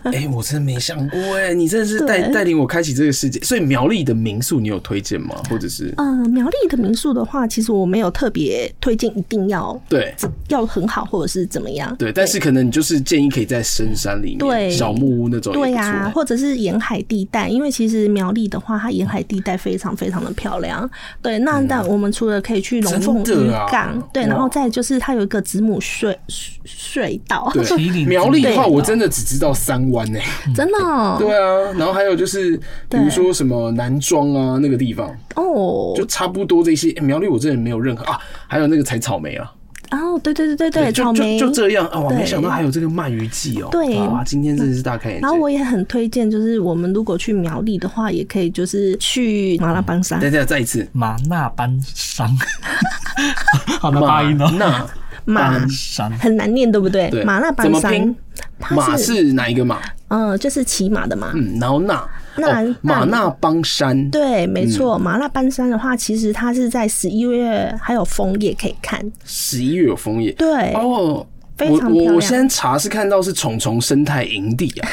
C: 哎、我真没想过
D: (laughs)
C: 哎、你真的是带
D: 对
C: 带领我开启这个世界。所以苗栗的民宿你有推荐吗？或者是
D: 嗯、苗栗的民宿的话，其实我没有特别推荐，一定要
C: 对
D: 要很好，或者是怎么样。
C: 对，但是可能你就是建议可以在深山里面
D: 对
C: 小木屋那种也不
D: 对
C: 错
D: 呀、或者是沿海地
C: 嗯
D: 带，因为其实苗栗的话，它沿海地带非常非常的漂亮。对，那但我们除了可以去龙
C: 真
D: 凤
C: 的
D: 渔
C: 啊
D: 港，对，然
C: 哇
D: 后再就是它有一个子母隧隧道，
E: 麒
C: 对，
E: 麟
C: 苗栗的话，
D: 对
C: 我真的只知道三湾呢、
D: (laughs) 真的哦
C: 对啊，然后还有就是，比如
D: 对
C: 说什么南庄啊那个地方，
D: 哦
C: 就差不多这些。欸苗栗我真的没有任何啊，还有那个采草莓啊，
D: 哦，对对对对对，
C: 就
D: 草莓
C: 就就这样啊，哇，
D: 对
C: 没想到还有这个鳗鱼季哦，
D: 对
C: 哇，今天真的是大开眼界
D: 然后。我也很推荐，就是我们如果去苗栗的话，也可以就是去麻辣帮沙
C: 等一下，再一次，
E: 马那班商， (laughs) 好的发音哦，
D: (laughs)
C: 那
D: 马，
E: 商
D: 很难念对不对
C: 对？
D: 麻辣
C: 怎
D: 帮
C: 么
D: 沙
C: 拼，马
D: 它是
C: 是哪一个马？
D: 嗯，就是骑马的马。
C: 嗯，然后那
D: 那
C: 哦马那邦山，
D: 对，没
C: 嗯
D: 错，麻辣帮山的话，其实它是在十一月还有枫叶可以看，
C: 十一月有枫叶
D: 对，
C: 哦。
D: 非
C: 我
D: 常漂
C: 我我
D: 亮
C: 先查是看到是虫虫生态营地
D: (laughs)
C: 啊，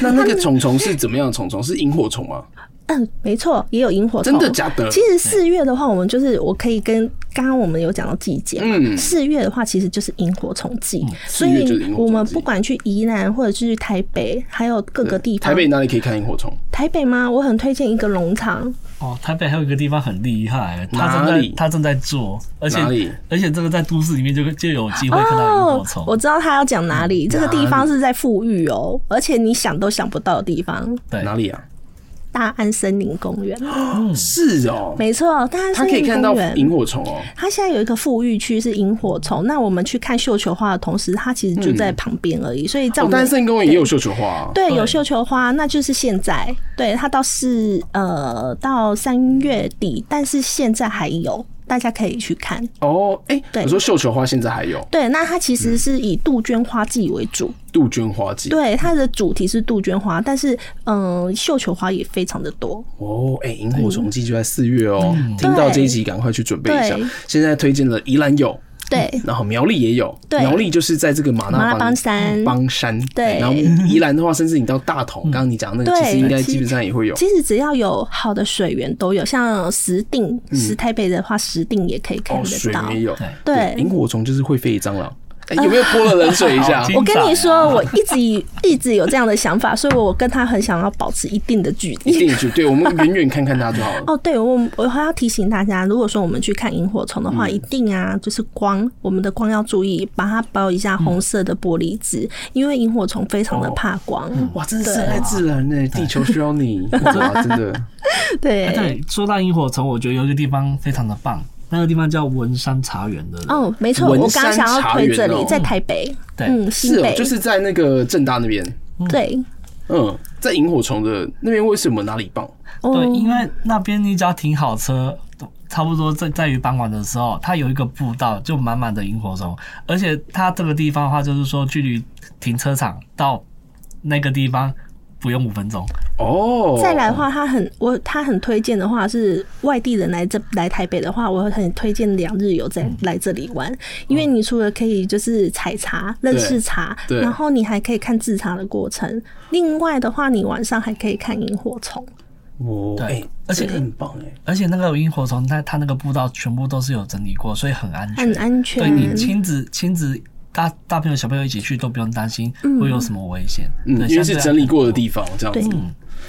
C: 那那个虫虫是怎么样的虫虫？是萤火
D: (laughs)
C: 虫吗？
D: 嗯，没错，也有萤火虫。
C: 真的假的？
D: 其实四月的话，我们就是我可以跟刚刚我们有讲到季节嘛，
C: 嗯哦
D: 四月的话其实就是萤火虫季，所
C: 四月就是萤
D: 以
C: 火虫季
D: 我们不管去宜兰或者是去台北，还有各个地
C: 嗯
D: 方，
C: 台北哪里可以看萤火虫？
D: 台北吗？我很推荐一个农场，
E: 哦，台北还有一个地方很厉害，他正
C: 哪
E: 在
C: 里
E: 他正在做，而且
C: 哪里啊
E: 而且这个在都市里面就就有机会看到萤火虫。
D: 哦我知道他要讲哪里，
C: 嗯
D: 这个地方是在富裕哦，而且你想都想不到的地方，
E: 对，
C: 哪里啊？
D: 大安森林公园，
C: 是哦，
D: 没错，大安
C: 它
D: 森
C: 可以
D: 林
C: 看
D: 公
C: 到
D: 园。
C: 萤火虫哦。
D: 它现在有一个富裕区是萤火虫，那我们去看绣球花的同时，它其实就在旁边而已，所以在
C: 嗯哦
D: 我，们
C: 单身公园也有绣球花啊。
D: 对，
E: 对
D: 有绣球花，那就是现在。对，它到是呃到三月底，但是现在还有，大家可以去看。
C: 哦，哎，
D: 对
C: 我说绣球花现在还有
D: 对，那它其实是以杜鹃花季为主，
C: 杜鹃花季。
D: 对，它的主题是杜鹃花，但是嗯、呃绣球花也非常的多。
C: 哦，哎，萤火虫季就在四月哦。听到这一集，赶快去准备一下
D: 嗯对。
C: 现在推荐了宜兰有，
D: 对，
C: 然后苗栗也有。
D: 对
C: 苗栗就是在这个马
D: 麻
C: 那
D: 辣帮山
C: 邦山。哎
D: 对嗯
C: 然后宜兰的话，甚至你到大同，刚刚你讲那个，
D: 对
C: 其实应该
D: 其
C: 基本上也会有。
D: 其实只要有好的水源都有，像石碇，石台北的话，石碇也可以看
C: 嗯哦，
D: 得
C: 水
D: 到。
C: 也有。
D: 对啊
C: 萤火虫就是会飞的蟑螂。哎，有没有泼了冷水一下
E: 好？
D: 我跟你
E: 啊
D: 说，我一直以一直有这样的想法，所以我跟他很想要保持一定的距
C: (laughs) (laughs)
D: 离
C: 一。定去，对我们远远看看它就好了。
D: (laughs) 哦，对，我我还要提醒大家，如果说我们去看萤火虫的
C: 嗯
D: 话，一定啊，就是光，我们的光要注意，把它包一下红色的玻璃纸，
C: 嗯
D: 因为萤火虫非常的怕光。
C: 哇，真是深爱自然呢、地球需要你，哇，真的。
E: 哎
D: 对，
E: 对，说到萤火虫，我觉得有一个地方非常的棒，那个地方叫文山茶园的。
D: 哦，没错，
C: 文
D: 我刚刚想要推这
C: 山茶园
D: 里
C: 哦，
D: 在台北，
E: 对
D: 嗯，
C: 是
D: 新
C: 哦
D: 北，，
C: 就是在那个正大那边，
D: 对，
C: 嗯，在萤火虫的那边，为什么哪里棒？
D: 哦
E: 对，，因为那边你只要停好车，差不多在在于傍晚的时候，它有一个步道，就满满的萤火虫，而且它这个地方的话，就是说距离停车场到那个地方不用五分钟。
C: 哦，
D: 再来的话，他很我他很推荐的话是外地人来这来台北的话，我很推荐两日游在来这里玩，因为你除了可以就是采茶、认识茶，
C: 对
D: 然后你还可以看制茶的过程。另外的话，你晚上还可以看萤火虫。
C: 哦，
E: 对
C: 哎，
E: 而且
C: 这个很棒哎、
E: 而且那个萤火虫，它它那个步道全部都是有整理过，所以很安全。
D: 很安全
E: 对你亲子亲子大大朋友小朋友一起去都不用担心会有什么危险。对嗯
C: 嗯，因为是整理过的地。方，这样子
D: 对。
E: 相对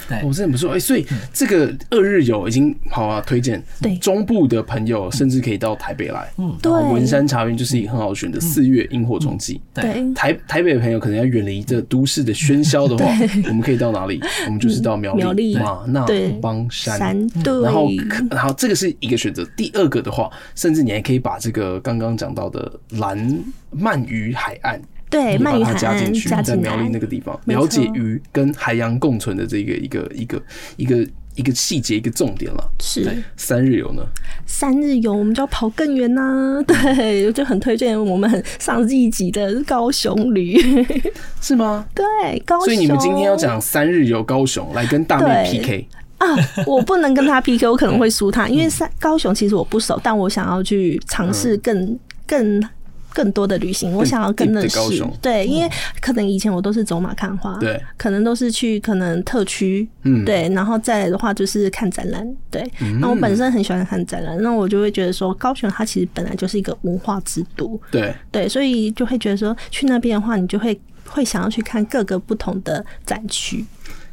E: 来嗯
C: 我
E: 说
C: 真的不错哎、所以这个二日游已经好啊，推荐
D: 对
C: 中部的朋友，甚至可以到台北来。嗯，
D: 对嗯
C: 文山茶园就是一个很好的选择。四月萤火虫季，
E: 对对。
D: 对，
C: 台台北的朋友可能要远离这都市的喧嚣的话，我们可以到哪里？我们就是到苗栗、
D: 苗栗
C: 马那
D: 对
C: 邦山。
D: 山对，
C: 然后可，然后这个是一个选择。第二个的话，甚至你还可以把这个刚刚讲到的蓝鳗鱼海岸，
D: 对
C: 你把
D: 鳗鱼
C: 它
D: 海
C: 加进
D: 岸
C: 去，
D: 加
C: 在
D: 进
C: 苗栗那
D: 来
C: 个。地方，
D: 没
C: 了解
D: 错
C: 鱼跟海洋共存的这个一个一个一个一个细节一个重点了。
D: 是
C: 三日游呢？
D: 三日游，我们就要跑更远呐、对，我就很推荐我们很上一集的高雄旅。
C: 是吗？
D: 对，高雄。
C: 所以你们今天要讲三日游高雄，来跟大妹
D: 对
C: PK。
D: 啊，我不能跟他 PK，我可能会输
C: 嗯
D: 他，因为三高雄其实我不熟，但我想要去尝试
C: 嗯
D: 更更。更多的旅行，我想要更
C: deep 的
D: 认
C: 高
D: 识
C: 雄，
D: 对，因为可能以前我都是走马看花，
C: 对，
D: 可能都是去可能特区，
C: 嗯
D: 对，然后再来的话就是看展览，对，那我本身很喜欢看展览，那我就会觉得说，高雄它其实本来就是一个文化之都，
C: 对，
D: 对，所以就会觉得说，去那边的话，你就会会想要去看各个不同的展区，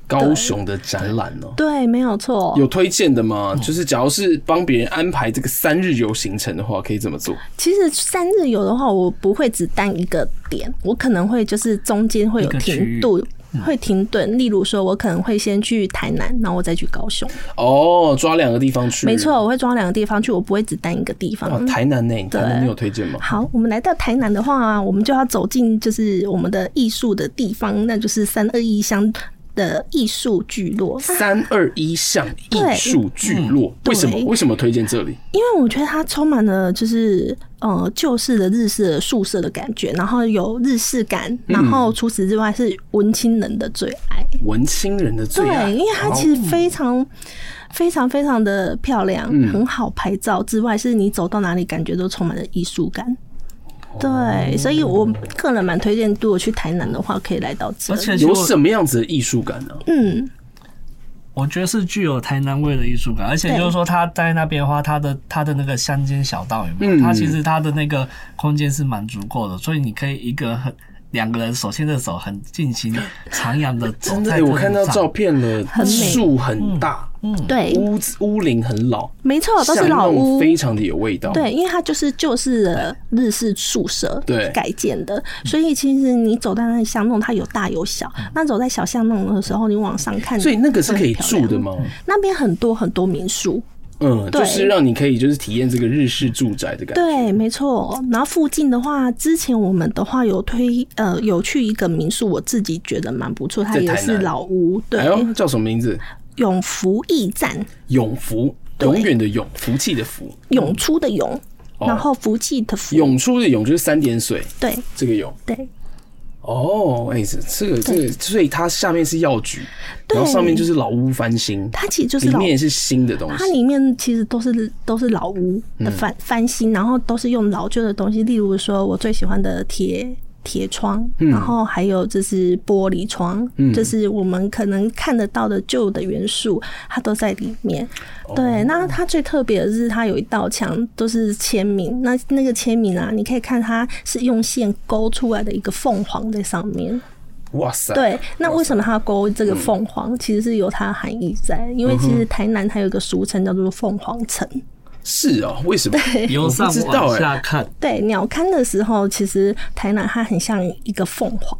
C: 高雄的展览哦、
D: 对，没有错。
C: 有推荐的吗？就是假如是帮别人安排这个三日游行程的话，可以怎么做？
D: 其实三日游的话，我不会只单一个点，我可能会就是中间会有
E: 一个区
D: 停
E: 域嗯
D: 顿，会停顿。例如说，我可能会先去台南，然后我再去高雄。
C: 哦，抓两个地方去，
D: 没错，。我会抓两个地方去，我不会只单一个地方。
C: 哦，台南呢？你台南你有推荐吗？
D: 好，我们来到台南的话，我们就要走进就是我们的艺术的地方，那就是三二一乡的艺术聚落。
C: 三二一巷艺
D: 对
C: 术聚落，为什么？
D: 对
C: 为什么推荐这里？
D: 因为我觉得它充满了就是呃旧式的日式的宿舍的感觉，然后有日式感，然后除此之外是文青人的最爱。
C: 文青人的最爱
D: 对，，因为它其实非常、非常非常的漂亮，很好拍照之外，是你走到哪里感觉都充满了艺术感。
E: 哦
D: 对，所以我个人蛮推荐，如果去台南的话，可以来到这
E: 而
D: 里。
E: 且
C: 有
E: 就
C: 什么样子的艺术感呢、
D: 嗯，
E: 我觉得是具有台南味的艺术感，而且
D: 对
E: 就是说他在那边的话，他的他的那个乡间小道有没
C: 嗯
E: 有？他其实他的那个空间是蛮足够的，所以你可以一个很两个人手牵着手，很尽情徜徉的走
C: 真的、
E: 在
C: 欸，我
E: 路
C: 看到
E: 上。
C: 照片了，
D: 美
C: 树很大，
D: 对，
C: 屋子屋龄很老，
D: 没错，都是
C: 巷
D: 老
C: 弄
D: 屋，
C: 非常的有味道。
D: 对，因为它就是旧式的日式宿舍
C: 对
D: 改建的，所以其实你走到那个巷弄，它有大有小。那走在小巷弄的时候，你往上看，
C: 嗯所以那个是可以
D: 都很漂
C: 住
D: 亮
C: 的？吗？
D: 那边很多很多民宿，
C: 嗯，
D: 对
C: 就是让你可以就是体验这个日式住宅的感觉。
D: 对，没错。然后附近的话，之前我们的话有推呃有去一个民宿，我自己觉得蛮不错，它
C: 在
D: 也
C: 台
D: 是
C: 南
D: 老屋，对
C: 哎，呦，叫什么名字？
D: 永福驿站，
C: 永福，
D: 对
C: 永远的永，福气的福，
D: 涌出的涌，
C: 哦
D: 然后福气的福，
C: 涌出的涌就是三点水，
D: 对
C: 这个涌。
D: 对。
C: 哦，哎、这这个这个，所以它下面是药局，然后上面就是老屋翻新，
D: 它其实就是
C: 里
D: 老
C: 面也是新的东
D: 它
C: 西。嗯
D: 里面其实都是都是老屋的翻翻新，然后都是用老旧的东西，例如说我最喜欢的铁铁窗，
C: 嗯
D: 然后还有就是玻璃窗，就是我们可能看得到的旧的元素，它都在里面。
C: 哦
D: 对，那它最特别的是它有一道墙都是签名，那那个签名啊，你可以看它是用线勾出来的一个凤凰在上面。
C: 哇塞，嗯
D: 对，那为什么它勾这个凤凰？其实是有它的含义在，因为其实台南它有一个俗称叫做凤凰城。
C: 是哦，为什么？
E: 由上
C: 我不知道
E: 往
C: 哎、
E: 下看，
D: 对，鸟瞰的时候，其实台南它很像一个凤凰。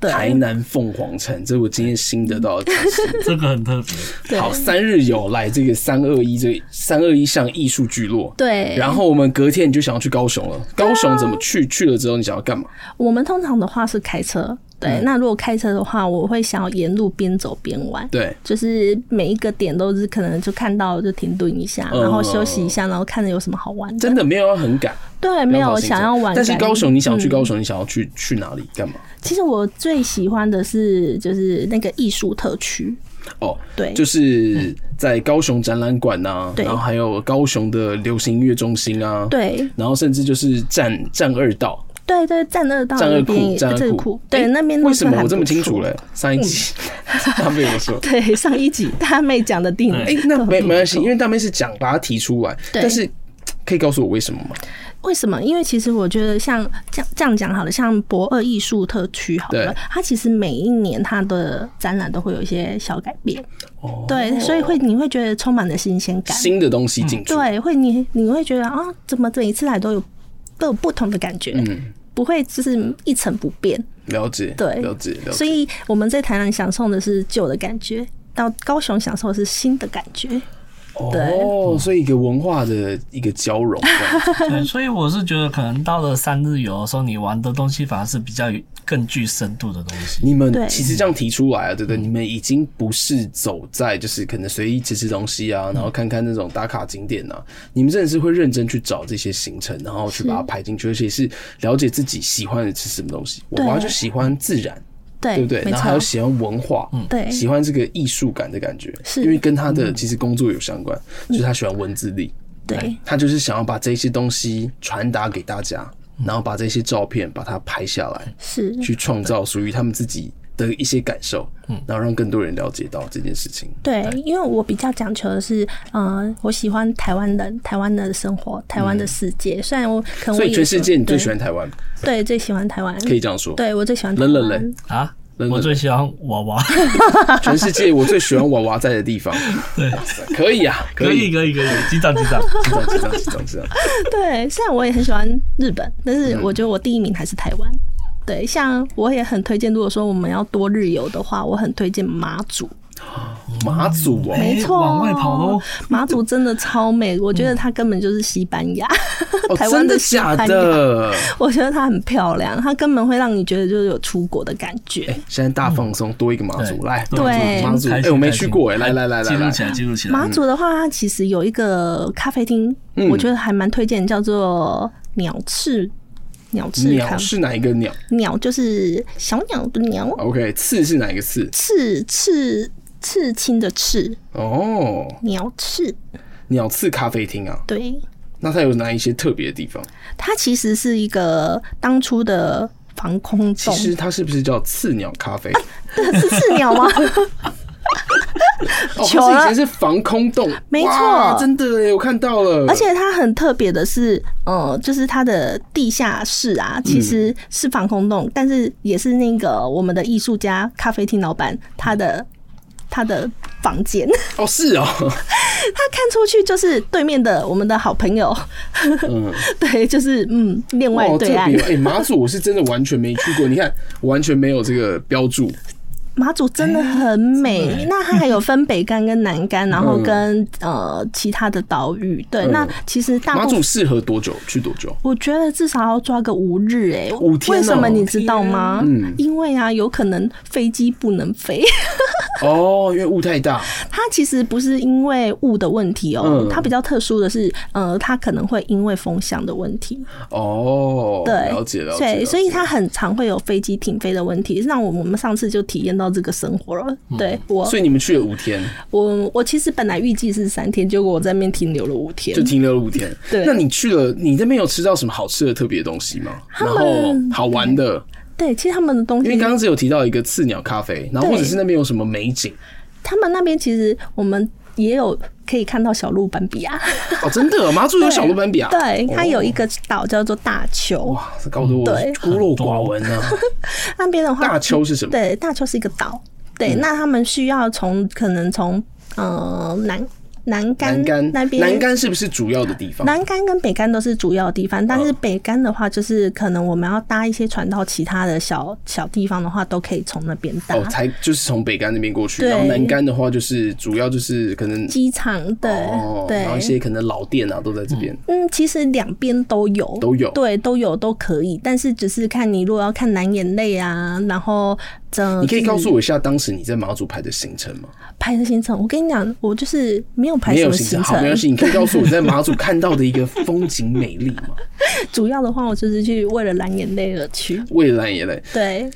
C: 台
D: 对，
C: 南凤凰城，这我今天新得到的知识。
E: 这个很特别。
D: (laughs) 对
C: 好，三日游来这个三二一，这三二一项艺术聚落。
D: 对啊
C: 然后我们隔天你就想要去高雄了。高雄怎么去？去了之后你想要干嘛？
D: 我们通常的话是开车。对，
C: 嗯
D: 那如果开车的话，我会想要沿路边走边玩。
C: 对，
D: 就是每一个点都是可能就看到就停顿一下，
C: 嗯
D: 然后休息一下，然后看着有什么好玩的。
C: 真的没有要很赶，
D: 对，
C: 不
D: 没
C: 要跑
D: 有
C: 行程
D: 想要玩感。嗯
C: 但是高雄，你想要去高雄，你想要去去哪里干嘛？
D: 其实我最喜欢的是就是那个艺术特区。
C: 哦，
D: 对，
C: 就是在高雄展览馆呐，
D: 对
C: 然后还有高雄的流行音乐中心啊，，
D: 对
C: 然后甚至就是站站二道、
D: 对对，战二道
C: 站
D: 那
C: 二
D: 边
C: 库、
D: 也
C: 站
D: 战
C: 二
D: 二
C: 库
D: 库，，
C: 诶
D: 对那边
C: 为
D: 路
C: 什
D: 线
C: 么
D: 还
C: 我这
D: 不
C: 么清楚
D: 错？嗯
C: 嘞？上一集 (laughs) 他没有说，
D: (laughs) 对，上一集大妹讲的定位，
C: 哎，那
D: 都很
C: 没
D: 不
C: 没关系，
D: 错
C: 因为大妹是讲把它提出来，
D: 对
C: 但是可以告诉我为什么吗？
D: 为什么？因为其实我觉得像这样这样讲好了，像博二艺术特区好了
C: 对，
D: 它其实每一年它的展览都会有一些小改变，对，所以会你会觉得充满了新鲜感，
C: 哦新的东西进去，
D: 对，会你你会觉得啊，怎么每一次来都有都有不同的感觉，
C: 嗯
D: 不会就是一成不变，
C: 了解，
D: 对
C: 了解，了解。
D: 所以我们在台南享受的是旧的感觉，到高雄享受的是新的感觉。
C: 哦，所以一个文化的一个交融，这样子
E: 对，所以我是觉得可能到了三日游的时候，你玩的东西反而是比较有更具深度的东西。
C: 你们
D: 对
C: 其实这样提出来啊，对不对？你们已经不是走在就是可能随意吃吃东西啊，然后看看那种打卡景点啊，你们真的是会认真去找这些行程，然后去把它排进去，而且是了解自己喜欢的吃什么东西。我
D: 对
C: 妈就喜欢自然，
D: 对，
C: 对不对？
D: 没
C: 然后还有
D: 错，
C: 喜欢文化，
D: 对
C: 喜欢这个艺术感的感觉，
D: 是嗯
C: 因为跟他的其实工作有相关，就是他喜欢文字力，哎
D: 对，
C: 他就是想要把这些东西传达给大家，然后把这些照片把它拍下来，
D: 是
E: 嗯
C: 去创造属于他们自己的一些感受，
E: 嗯
C: 然后让更多人了解到这件事情。
D: 对，因为我比较讲求的是，嗯，我喜欢台湾人、台湾的生活、台湾的世界。虽然我可
E: 嗯
C: 嗯
D: 能我
C: 所以
D: 也
C: 全世界你最喜欢
D: 对
C: 台湾，
D: 对最喜欢台湾，
E: 嗯
C: 可以这样说。
D: 对我最喜欢台
C: 冷冷
D: 湾
C: 嘞
E: 啊，
C: 冷
E: 我
C: 冷
E: 最喜欢娃娃，
C: 全世界我最喜欢娃娃在的地方。
E: (laughs) 对，
C: 可以啊，
E: 可以
C: 以，
E: 可以可以，击掌击掌，
C: 这样这样这样这样。
D: (laughs) 对，虽然我也很喜欢日本，但
C: 嗯
D: 是我觉得我第一名还是台湾。对，像我也很推荐，如果说我们要多日游的话，我很推荐马祖。
C: 马祖哦，
E: 哎
D: 没错，
E: 往外跑喽！
D: 马祖真的超美，我觉得它根本就是西班牙，
C: 嗯哦
D: (laughs) 台
C: 真
D: 湾
C: 的
D: 西
C: 假
D: 班牙。
C: 的？
D: 我觉得它很漂亮，它根本会让你觉得就是有出国的感觉。
C: 哎，现在大放松，多一个马祖
E: 嗯对
C: 来，
D: 对
C: 马祖，
E: 开
C: 哎，
E: 心
C: 我没
E: 开心
C: 去过哎，来来来
E: 记
C: 来
E: 录
C: 来，
E: 起来，记录起来。
D: 马祖的话，它其实有一个咖啡厅，
C: 嗯
D: 我觉得还蛮推荐，叫做鸟翅鸟翅咖
C: 鸟是哪一个鸟
D: 鸟就是小鸟的鸟，
C: ？OK，刺是哪一个刺？
D: 刺刺刺青的刺，
C: 哦，
D: 鸟翅。
C: 鸟刺咖啡厅啊，
D: 对，
C: 那它有哪一些特别的地方？
D: 它其实是一个当初的防空
C: 其
D: 洞，
C: 实它是不是叫刺鸟咖啡？
D: 是刺鸟
C: (laughs)
D: 吗？
C: 哦，
D: 球
C: 它是以
D: 了
C: 前是防空洞，
D: 没错
C: 哇真的耶，我看到了，
D: 而且它很特别的是，呃，就是它的地下室啊，其实是防空洞，但是也是那个我们的艺术家咖啡厅老板他的他的房间， (laughs)
C: 哦是哦，
D: 他看出去就是对面的我们的好朋友，
C: 嗯，
D: (laughs) 对，就是嗯，另
C: 哇，
D: 外
C: 好特
D: 对
C: 别
D: 岸、
C: 哦，哎，马祖我是真的完全没去过，你看完全没有这个标注，
D: 马祖真的很美，那它还有分北干跟南干，然后跟、呃其他的岛屿，对，
C: 嗯
D: 那其实大
C: 马
D: 部分
C: 祖适合多久去多久？
D: 我觉得至少要抓个五日哎、
C: 五天哦
D: 为什么你知道吗？
C: 嗯
D: 因为啊，有可能飞机不能飞。 (laughs)
C: 哦，因为雾太大，
D: 它其实不是因为雾的问题哦、
C: 嗯
D: 它比较特殊的是，呃，它可能会因为风向的问题，
C: 哦，
D: 对，
C: 了解了解，了
D: 对，
C: 解
D: 所以它很常会有飞机停飞的问题。让我我们上次就体验到这个生活了。对我，
C: 嗯所以你们去了五天，
D: 我我其实本来预计是三天，结果我在那边停留了五天
C: 就。停留了五天。
D: 对
C: 那你去了，你那边有吃到什么好吃的特别的东西吗？然后好玩的，
D: 对，其实他们的东
C: 因
D: 西
C: 为刚刚只有提到一个刺鸟咖啡，然后
D: 对
C: 或者是那边有什么美景
D: 他们那边其实我们也有可以看到小鹿斑比啊，
C: 哦，真的马祖有小鹿斑比啊，
D: 对，它有一
C: 哦
D: 个岛叫做大丘，
C: 哇，这搞得我
D: 嗯对
C: 孤陋寡闻啊。
D: 那边的话，
C: 大丘是什么？嗯
D: 对，大丘是一个岛，对，那他们需要从可能从呃南南干 (laughs)
C: 南干
D: 那边
C: 南。干哦是不是主要的地方？
D: 南干跟北干都是主要的地方，
C: 哦
D: 但是北干的话，就是可能我们要搭一些船到其他的小小地方的话，都可以从那边搭
C: 哦，才就是从北干那边过去，
D: 啊对
C: 然后南干的话就是主要就是可能
D: 机场。对、
C: 哦，
D: 对
C: 然后，一些可能老店啊都在这边。
D: 嗯，其实两边都有，
C: 都有
D: 对，都有都可以，但是只是看你如果要看蓝眼泪啊，然后整
C: 你可以告
D: 嗯就是
C: 诉我一下当时你在马祖排的行程吗？
D: 排的行程，我跟你讲，我就是没有排
C: 没
D: 什
C: 有
D: 么
C: 行程，
D: 行
C: 好，没关系。你可以告诉我在马祖看到的一个风景美丽吗？
D: (laughs) 主要的话，我就是去为了蓝眼泪而去。
C: 未来也来，
D: 对，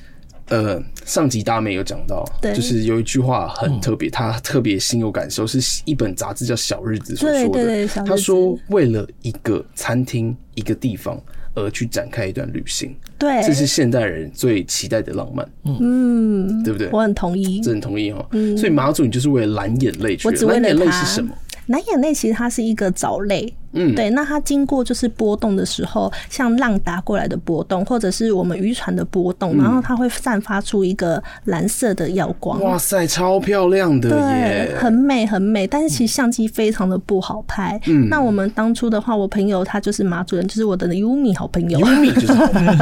C: 呃，上集大美有讲到，
D: 对
C: 就是有一句话很特别，他特别心有感受，是一本杂志叫《小日子》所说
D: 对对
C: 的
D: 对小。日子
C: 他说，为了一个餐厅、一个地方而去展开一段旅行，
D: 对，
C: 这是现代人最期待的浪漫，
D: 哎嗯，
C: 对不对？
D: 我很同意。
C: 这很同意哦。所以马祖你就是为了蓝眼泪去
D: 我
C: 的，
D: 只为
C: 蓝
D: 了
C: 眼泪
D: 它
C: 是什么？
D: 蓝眼泪其实它是一个藻类，
C: 嗯
D: 对。那它经过就是波动的时候，像浪打过来的波动，或者是我们渔船的波
C: 嗯
D: 动，然后它会散发出一个蓝色的耀光。
C: 哇塞，超漂亮的
D: 对，
C: 耶！
D: 很美很美，但是其实相机非常的不好拍。
C: 嗯
D: 那我们当初的话，我朋友他就是马主任，就是我的 Yumi 好
C: (laughs)
D: 朋友，
C: Yumi 就是好朋友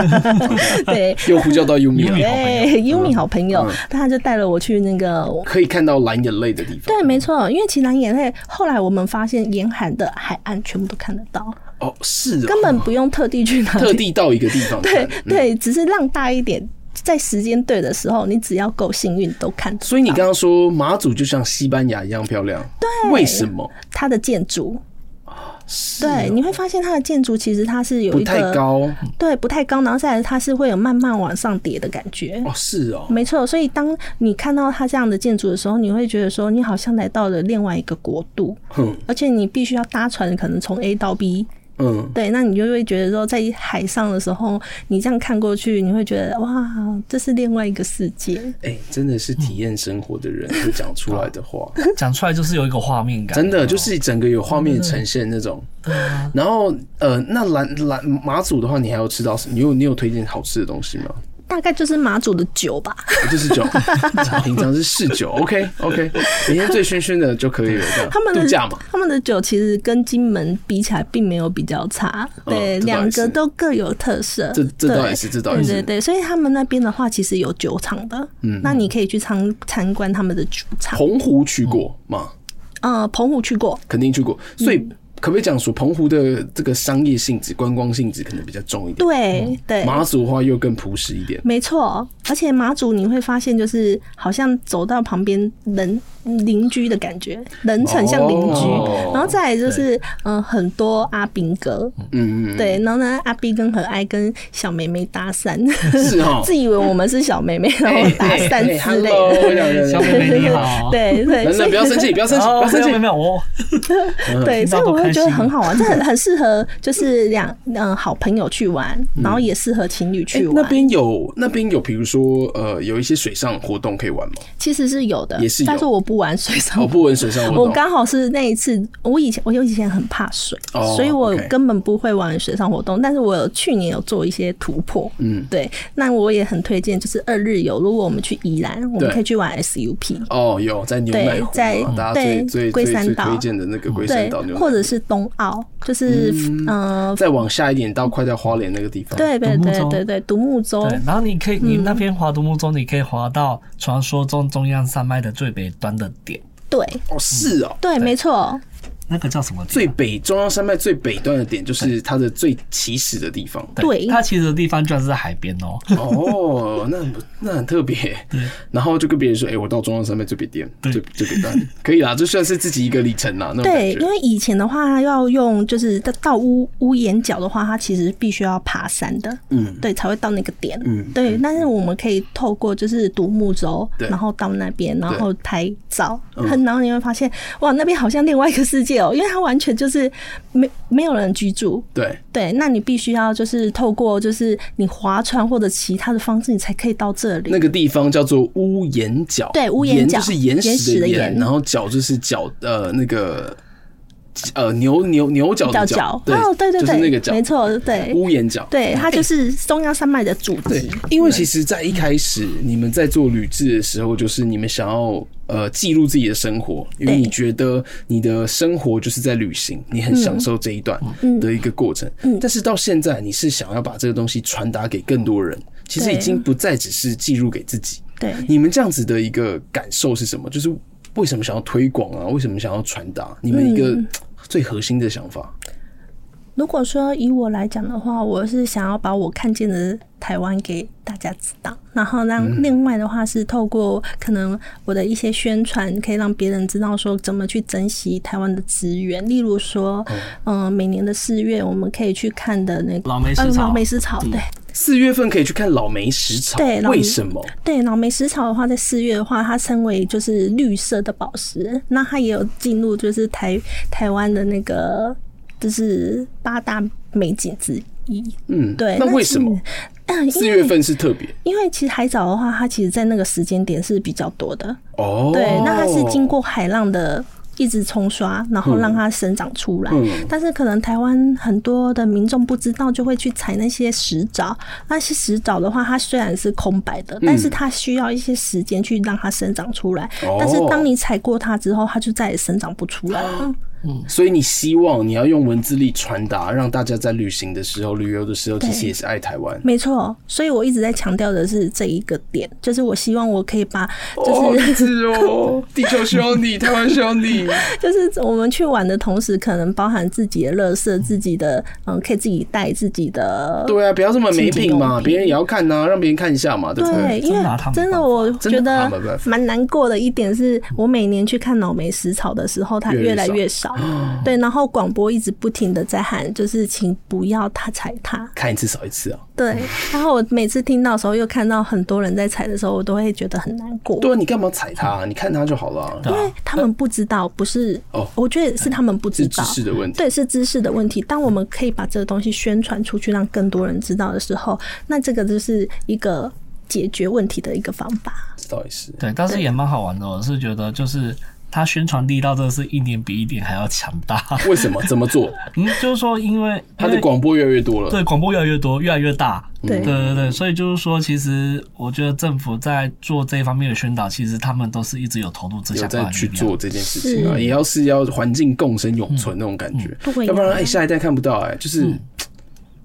D: 对，
C: 又呼
D: (laughs)
C: 叫到 Yumi 了。
D: 对，Yumi 哎
C: 嗯
D: 好朋友，他就带了我去那个。
C: 可以看到蓝眼泪的地方。
D: 对，没错，因为其实蓝眼泪，后来我们发现沿海的海岸全部都看得到，
C: 哦，是哦
D: 根本不用特地去哪
C: 特
D: 里。
C: 地嗯到一个地方
D: (laughs) 对
C: 看。
D: 对，只是浪大一点，在时间对的时候，你只要够幸运都看得到。
C: 所以你刚刚说马祖就像西班牙一样漂亮，对，为什么？
D: 它的建筑，
C: 是哦
D: 对，你会发现它的建筑其实它是有
C: 不
D: 一
C: 太
D: 个
C: 高
D: 对不太高，然后再来它是会有慢慢往上叠的感觉。
C: 哦，是哦，
D: 没错，所以当你看到它这样的建筑的时候，你会觉得说你好像来到了另外一个国度。
C: 哼，
D: 而且你必须要搭船，可能从 A 到 B，
C: 嗯，
D: 对，那你就会觉得说，在海上的时候，你这样看过去，你会觉得哇，这是另外一个世界。
C: 哎，真的是体验生活的
D: (laughs)
C: 人会讲出来的话，
E: 讲出来就是有一个画面感，
C: 真的就是整个有画面呈现那种。
D: 嗯
C: 然后呃，那蓝蓝马祖的话，你还有吃到什么？你有你有推荐好吃的东西吗？
D: 大概就是马祖的
C: (laughs)
D: 酒吧。
C: 就是
D: (laughs)
C: 酒，平常是试酒。OK OK，明天醉醺醺的就可以了。这样
D: 他们
C: 度
D: 的
C: 假嘛，
D: 他们的酒其实跟金门比起来，并没有比较差。
C: 嗯
D: 对，
C: 这倒也
D: 两
C: 是
D: 个都各有特色。
C: 这这
D: 对
C: 倒也是，这倒也
D: 对
C: 是
D: 对。对，所以他们那边的话，其实有酒厂的，嗯，那你可以去参参观他们的酒厂。
C: 澎湖去过嘛？
D: 呃，澎湖去过，
C: 肯定去过，所以可不可以讲说澎湖的这个商业性质、观光性质可能比较重一点？
D: 对对，
C: 马祖的话又更朴实一点。
D: 没错。而且马祖你会发现，就是好像走到旁边人邻居的感觉，人很像邻居。
C: 哦
D: 然后再来就是，嗯、很多阿兵哥，
C: 嗯嗯，
D: 对，然后呢，阿 B 跟何爱跟小妹妹搭讪，
C: 是哦
D: (laughs) 自以为我们是小妹妹，然后搭讪
C: 哎
D: 之类
C: hello，
D: 的。
C: 这样
E: 小妹妹你
D: (laughs)
E: 好，
D: 对对，
C: 等
D: 所
C: 等，
D: 以
C: 不要生气，不要生气，不
E: 哦
C: 要生
E: 没
C: 气
E: 有没有。没有，我
D: 对，
E: 听
D: 所
E: 到
D: 以
E: 都
D: 我会
E: 开
D: 觉得
E: 心
D: 很好玩，
C: (laughs)
D: 这很很适合就是两嗯、好朋友去玩，
C: 嗯
D: 然后也适合情侣
C: 哎
D: 去玩，
C: 那边有那边有，比如说呃，有一些水上活动可以玩吗？
D: 其实是有的，
C: 也是有
D: 但是我不玩水上
C: 哦，不玩水上活
D: 我
C: 动，
D: 刚好是那一次，我以前我有以前很怕水，
C: 哦
D: 所以我
C: OK
D: 根本不会玩水上活动。但是我有去年有做一些突破，
C: 嗯，
D: 对。那我也很推荐，就是二日游，如果我们去宜兰，我
C: 对
D: 们可以去玩 SUP，
C: 哦，有在牛奶湖嘛，
D: 对在
C: 大家最
D: 对
C: 最最
D: 龟山
C: 最
D: 岛
C: 推荐的那个龟山
D: 对
C: 岛牛，奶，
D: 或者是东澳，就是嗯、呃
C: 再往下一点到快到花莲那个地方，，
D: 对对
E: 独木
D: 对
E: 舟
D: 对对，独木舟，
E: 对，然后你可以，
C: 嗯
E: 你那边滑独木舟，你可以滑到传说中中央山脉的最北端的点，
D: 对
C: 哦是哦，
D: 对，没错，
E: 那个叫什么地方？
C: 最北中央山脉最北端的点就是它的最起始的地
D: (laughs)
C: 方，
D: 对
E: 它其实的地方居然是在海边哦。
C: 哦，那很不那很特别。然后就跟别人说：“哎、我到中央山脉这边店，这
E: 对
C: 这边单可以啦，这算是自己一个里程啦。”那种
D: 对，
C: 感
D: 因
C: 觉。
D: 为以前的话要用，就是到到屋屋檐角的话，它其实必须要爬山的，
C: 嗯，
D: 对，才会到那个点。
C: 嗯
D: 对。但是我们可以透过就是独木舟
C: 对，
D: 然后到那边，然后拍照，
C: 嗯
D: 很然后你会发现，哇，那边好像另外一个世界哦、因为它完全就是没没有人居住。
C: 对，
D: 对，那你必须要就是透过就是你划船或者其他的方式，你才可以到这里。
C: 那个地方叫做屋檐角，
D: 对屋檐角
C: 就是岩
D: 岩
C: 石
D: 石
C: 的
D: 的
C: 岩，
D: 岩
C: 然后角就是角呃那个呃牛牛牛角的
D: 叫
C: 角
D: 角，
C: 对
D: 哦，对对
C: 就是
D: 对，
C: 那个角
D: 没，错，对
C: 屋檐角，
D: 对，它就是中央山脉的主
C: 对
D: 题。，
C: 因为其实，在一开始
D: 嗯
C: 你们在做旅志的时候，就是你们想要呃记录自己的生活，因为
D: 对
C: 你觉得你的生活就是在旅行，你很享受这一段
D: 嗯
C: 的一个过程。但是到现在，你是想要把这个东西传达给更多人，其实
D: 对
C: 已经不再只是记录给自己。
D: 对
C: 你们这样子的一个感受是什么？就是为什么想要推广啊？为什么想要传达？你们一个
D: 嗯
C: 最核心的想法？
D: 如果说以我来讲的话，我是想要把我看见的台湾给大家知道，然后让另外的话是透过可能我的一些宣传，可以让别人知道说怎么去珍惜台湾的资源，例如说，嗯、每年的四月我们可以去看的那个
E: 老梅市
D: 呃
E: 场嗯
D: 老梅市草，对
C: 四月份可以去看老梅食草，
D: 对老梅
C: 为什么？
D: 对，老梅石草的话，在四月的话，它称为就是绿色的宝石，那它也有进入就是台台湾的那个就是八大美景之一。
C: 嗯，
D: 对，
C: 那为
D: 其
C: 什么？？
D: 嗯，
C: 四
D: 因
C: 月
D: 为
C: 份是特别
D: 因为其实海藻的话，它其实在那个时间点是比较多的。
C: 哦。
D: 对，那它是经过海浪的。一直冲刷，然后让它生长出来。
C: 嗯
D: 但是可能台湾很多的民众不知道，就会去采那些石藻。那些石藻的话，它虽然是空白的，
C: 嗯
D: 但是它需要一些时间去让它生长出来。
C: 哦
D: 但是当你采过它之后，它就再也生长不出来
C: 啊
D: 了。
C: 所以你希望你要用文字力传达，让大家在旅行的时候、旅游的时候，其实也是爱台湾。
D: 没错，所以我一直在强调的是这一个点，就是我希望我可以把就是、 (laughs)
C: 是哦，地球需要你，台湾需要你。
D: 就是我们去玩的同时，可能包含自己的乐色、自己的嗯，可以自己带自己的。
C: 对啊，不要这么没品嘛，
D: 亲情用品
C: 别人也要看呐、让别人看一下嘛，对不对？
D: 对，因
E: 真
D: 为
E: 拿他们
D: 真
E: 没
D: 的，
E: 办法
D: 我觉
C: 真拿他
D: 得
C: 们没办法
D: 蛮难过的一点是，我每年去看老梅食草的时候，它
C: 越来越
D: 越来越少。 (gasps) 对，然后广播一直不停的在喊，就是请不要他踩它。
C: 看一次少一次啊。 (laughs)
D: 对，然后我每次听到的时候，又看到很多人在踩的时候，我都会觉得很难过。
C: 对啊，你干嘛踩它、你看它就好了啊、
E: 对
D: 因为
E: 啊，
D: 他们不知道，不是
C: 哦
D: 我觉得是他们不知
C: 是
D: 道
C: 知，识的问题。
D: 对，是知识的问题。当我们可以把这个东西宣传出去，让更多人知道的时候，那这个就是一个解决问题的一个方法。
C: 这倒也是。
E: 对，但是也蛮好玩的。我是觉得就是它宣传力道真的是一年比一年还要强大。
C: 为什么？怎么做？
E: 嗯，就是说因为
C: 它的广播越来越多了。
E: 对广播越来越多，越来越大。
D: 对
E: 对对对，所以就是说，其实我觉得政府在做这一方面的宣导，其实他们都是一直有投入这
C: 有
E: 项
C: 在去做这件事情啊，
D: 是
C: 也要是要环境共生永
E: 嗯
C: 存那种感觉，
D: 对呀
C: 要不然哎、下一代看不到哎、就是、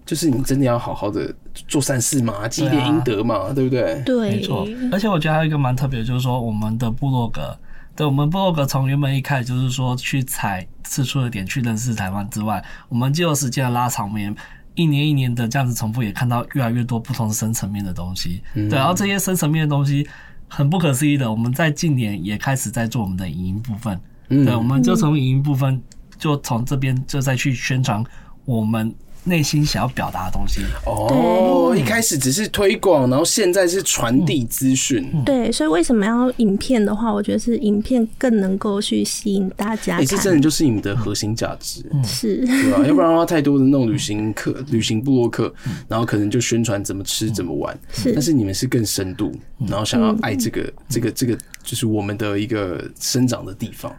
C: 就是你真的要好好的做善事嘛，积
E: 对
C: 点
E: 啊
C: 阴德嘛，对不对？
D: 对，
E: 没错，而且我觉得还有一个蛮特别的，就是说我们的部落格，对我们部落格从原本一开始就是说去踩次数的点去认识台湾之外，我们就有时间的拉长，我们也一年一年的这样子重复，也看到越来越多不同深层面的东西。对，然后这些深层面的东西很不可思议的，我们在近年也开始在做我们的影音部分。对，我们就从影音部分，就从这边就再去宣传我们内心想要表达的东西。
C: 哦，一开始只是推广，然后现在是传
E: 嗯
C: 递资讯。
D: 对，所以为什么要影片的话，我觉得是影片更能够去吸引大家
C: 也、哎
D: 看，
C: 这真的就是你们的核心价值，
E: 嗯 (laughs)
D: 是
C: 对吧、要不然的话，太多的那种旅行课、旅行部落客，
E: 嗯
C: 然后可能就宣传怎么吃、怎么玩。
D: 是
C: 但是嗯你们是更深度，
E: 嗯
C: 然后想要爱这个、这个、这个，就是我们的一个生长的地方。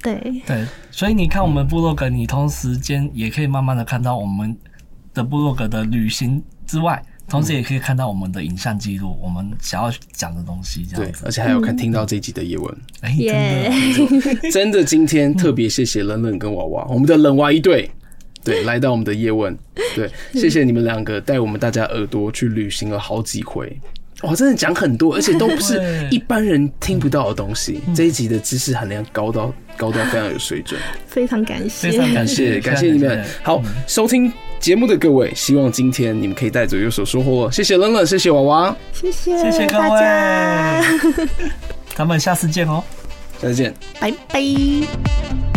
D: 对，
E: 对，所以你看我们部落格，你同时间也可以慢慢的看到我们的部落格的旅行之外，同时也可以看到我们的影像记录，我们想要讲的东西，这
C: 对
E: 样，子。
C: 而且还有看听到这一集的叶文，
E: 哎，真
D: 耶、
E: 的，嗯
C: 真的今天特别谢谢冷冷跟娃娃，我们的冷娃一队。
E: 嗯
C: 对，来到我们的叶问，对，谢谢你们两个带我们大家耳朵去旅行了好几回，哇，真的讲很多，而且都不是
E: 嗯 (laughs) 对嗯
C: 一般人听不到的东西。这一集的知识含量高到高到非常有水
E: (laughs)
C: 准。
D: 非常感
E: 非
D: 谢，
E: 常感
C: 感谢
E: 谢，
C: 感谢你们
E: 非常感谢。嗯
C: 好，收听节目的各位，希望今天你们可以带走有所收获。谢谢冷冷，谢谢娃娃，
D: 谢谢
E: 谢谢各
D: 大家，
E: 位，咱们下次见哦。
C: 再见。
D: 拜拜。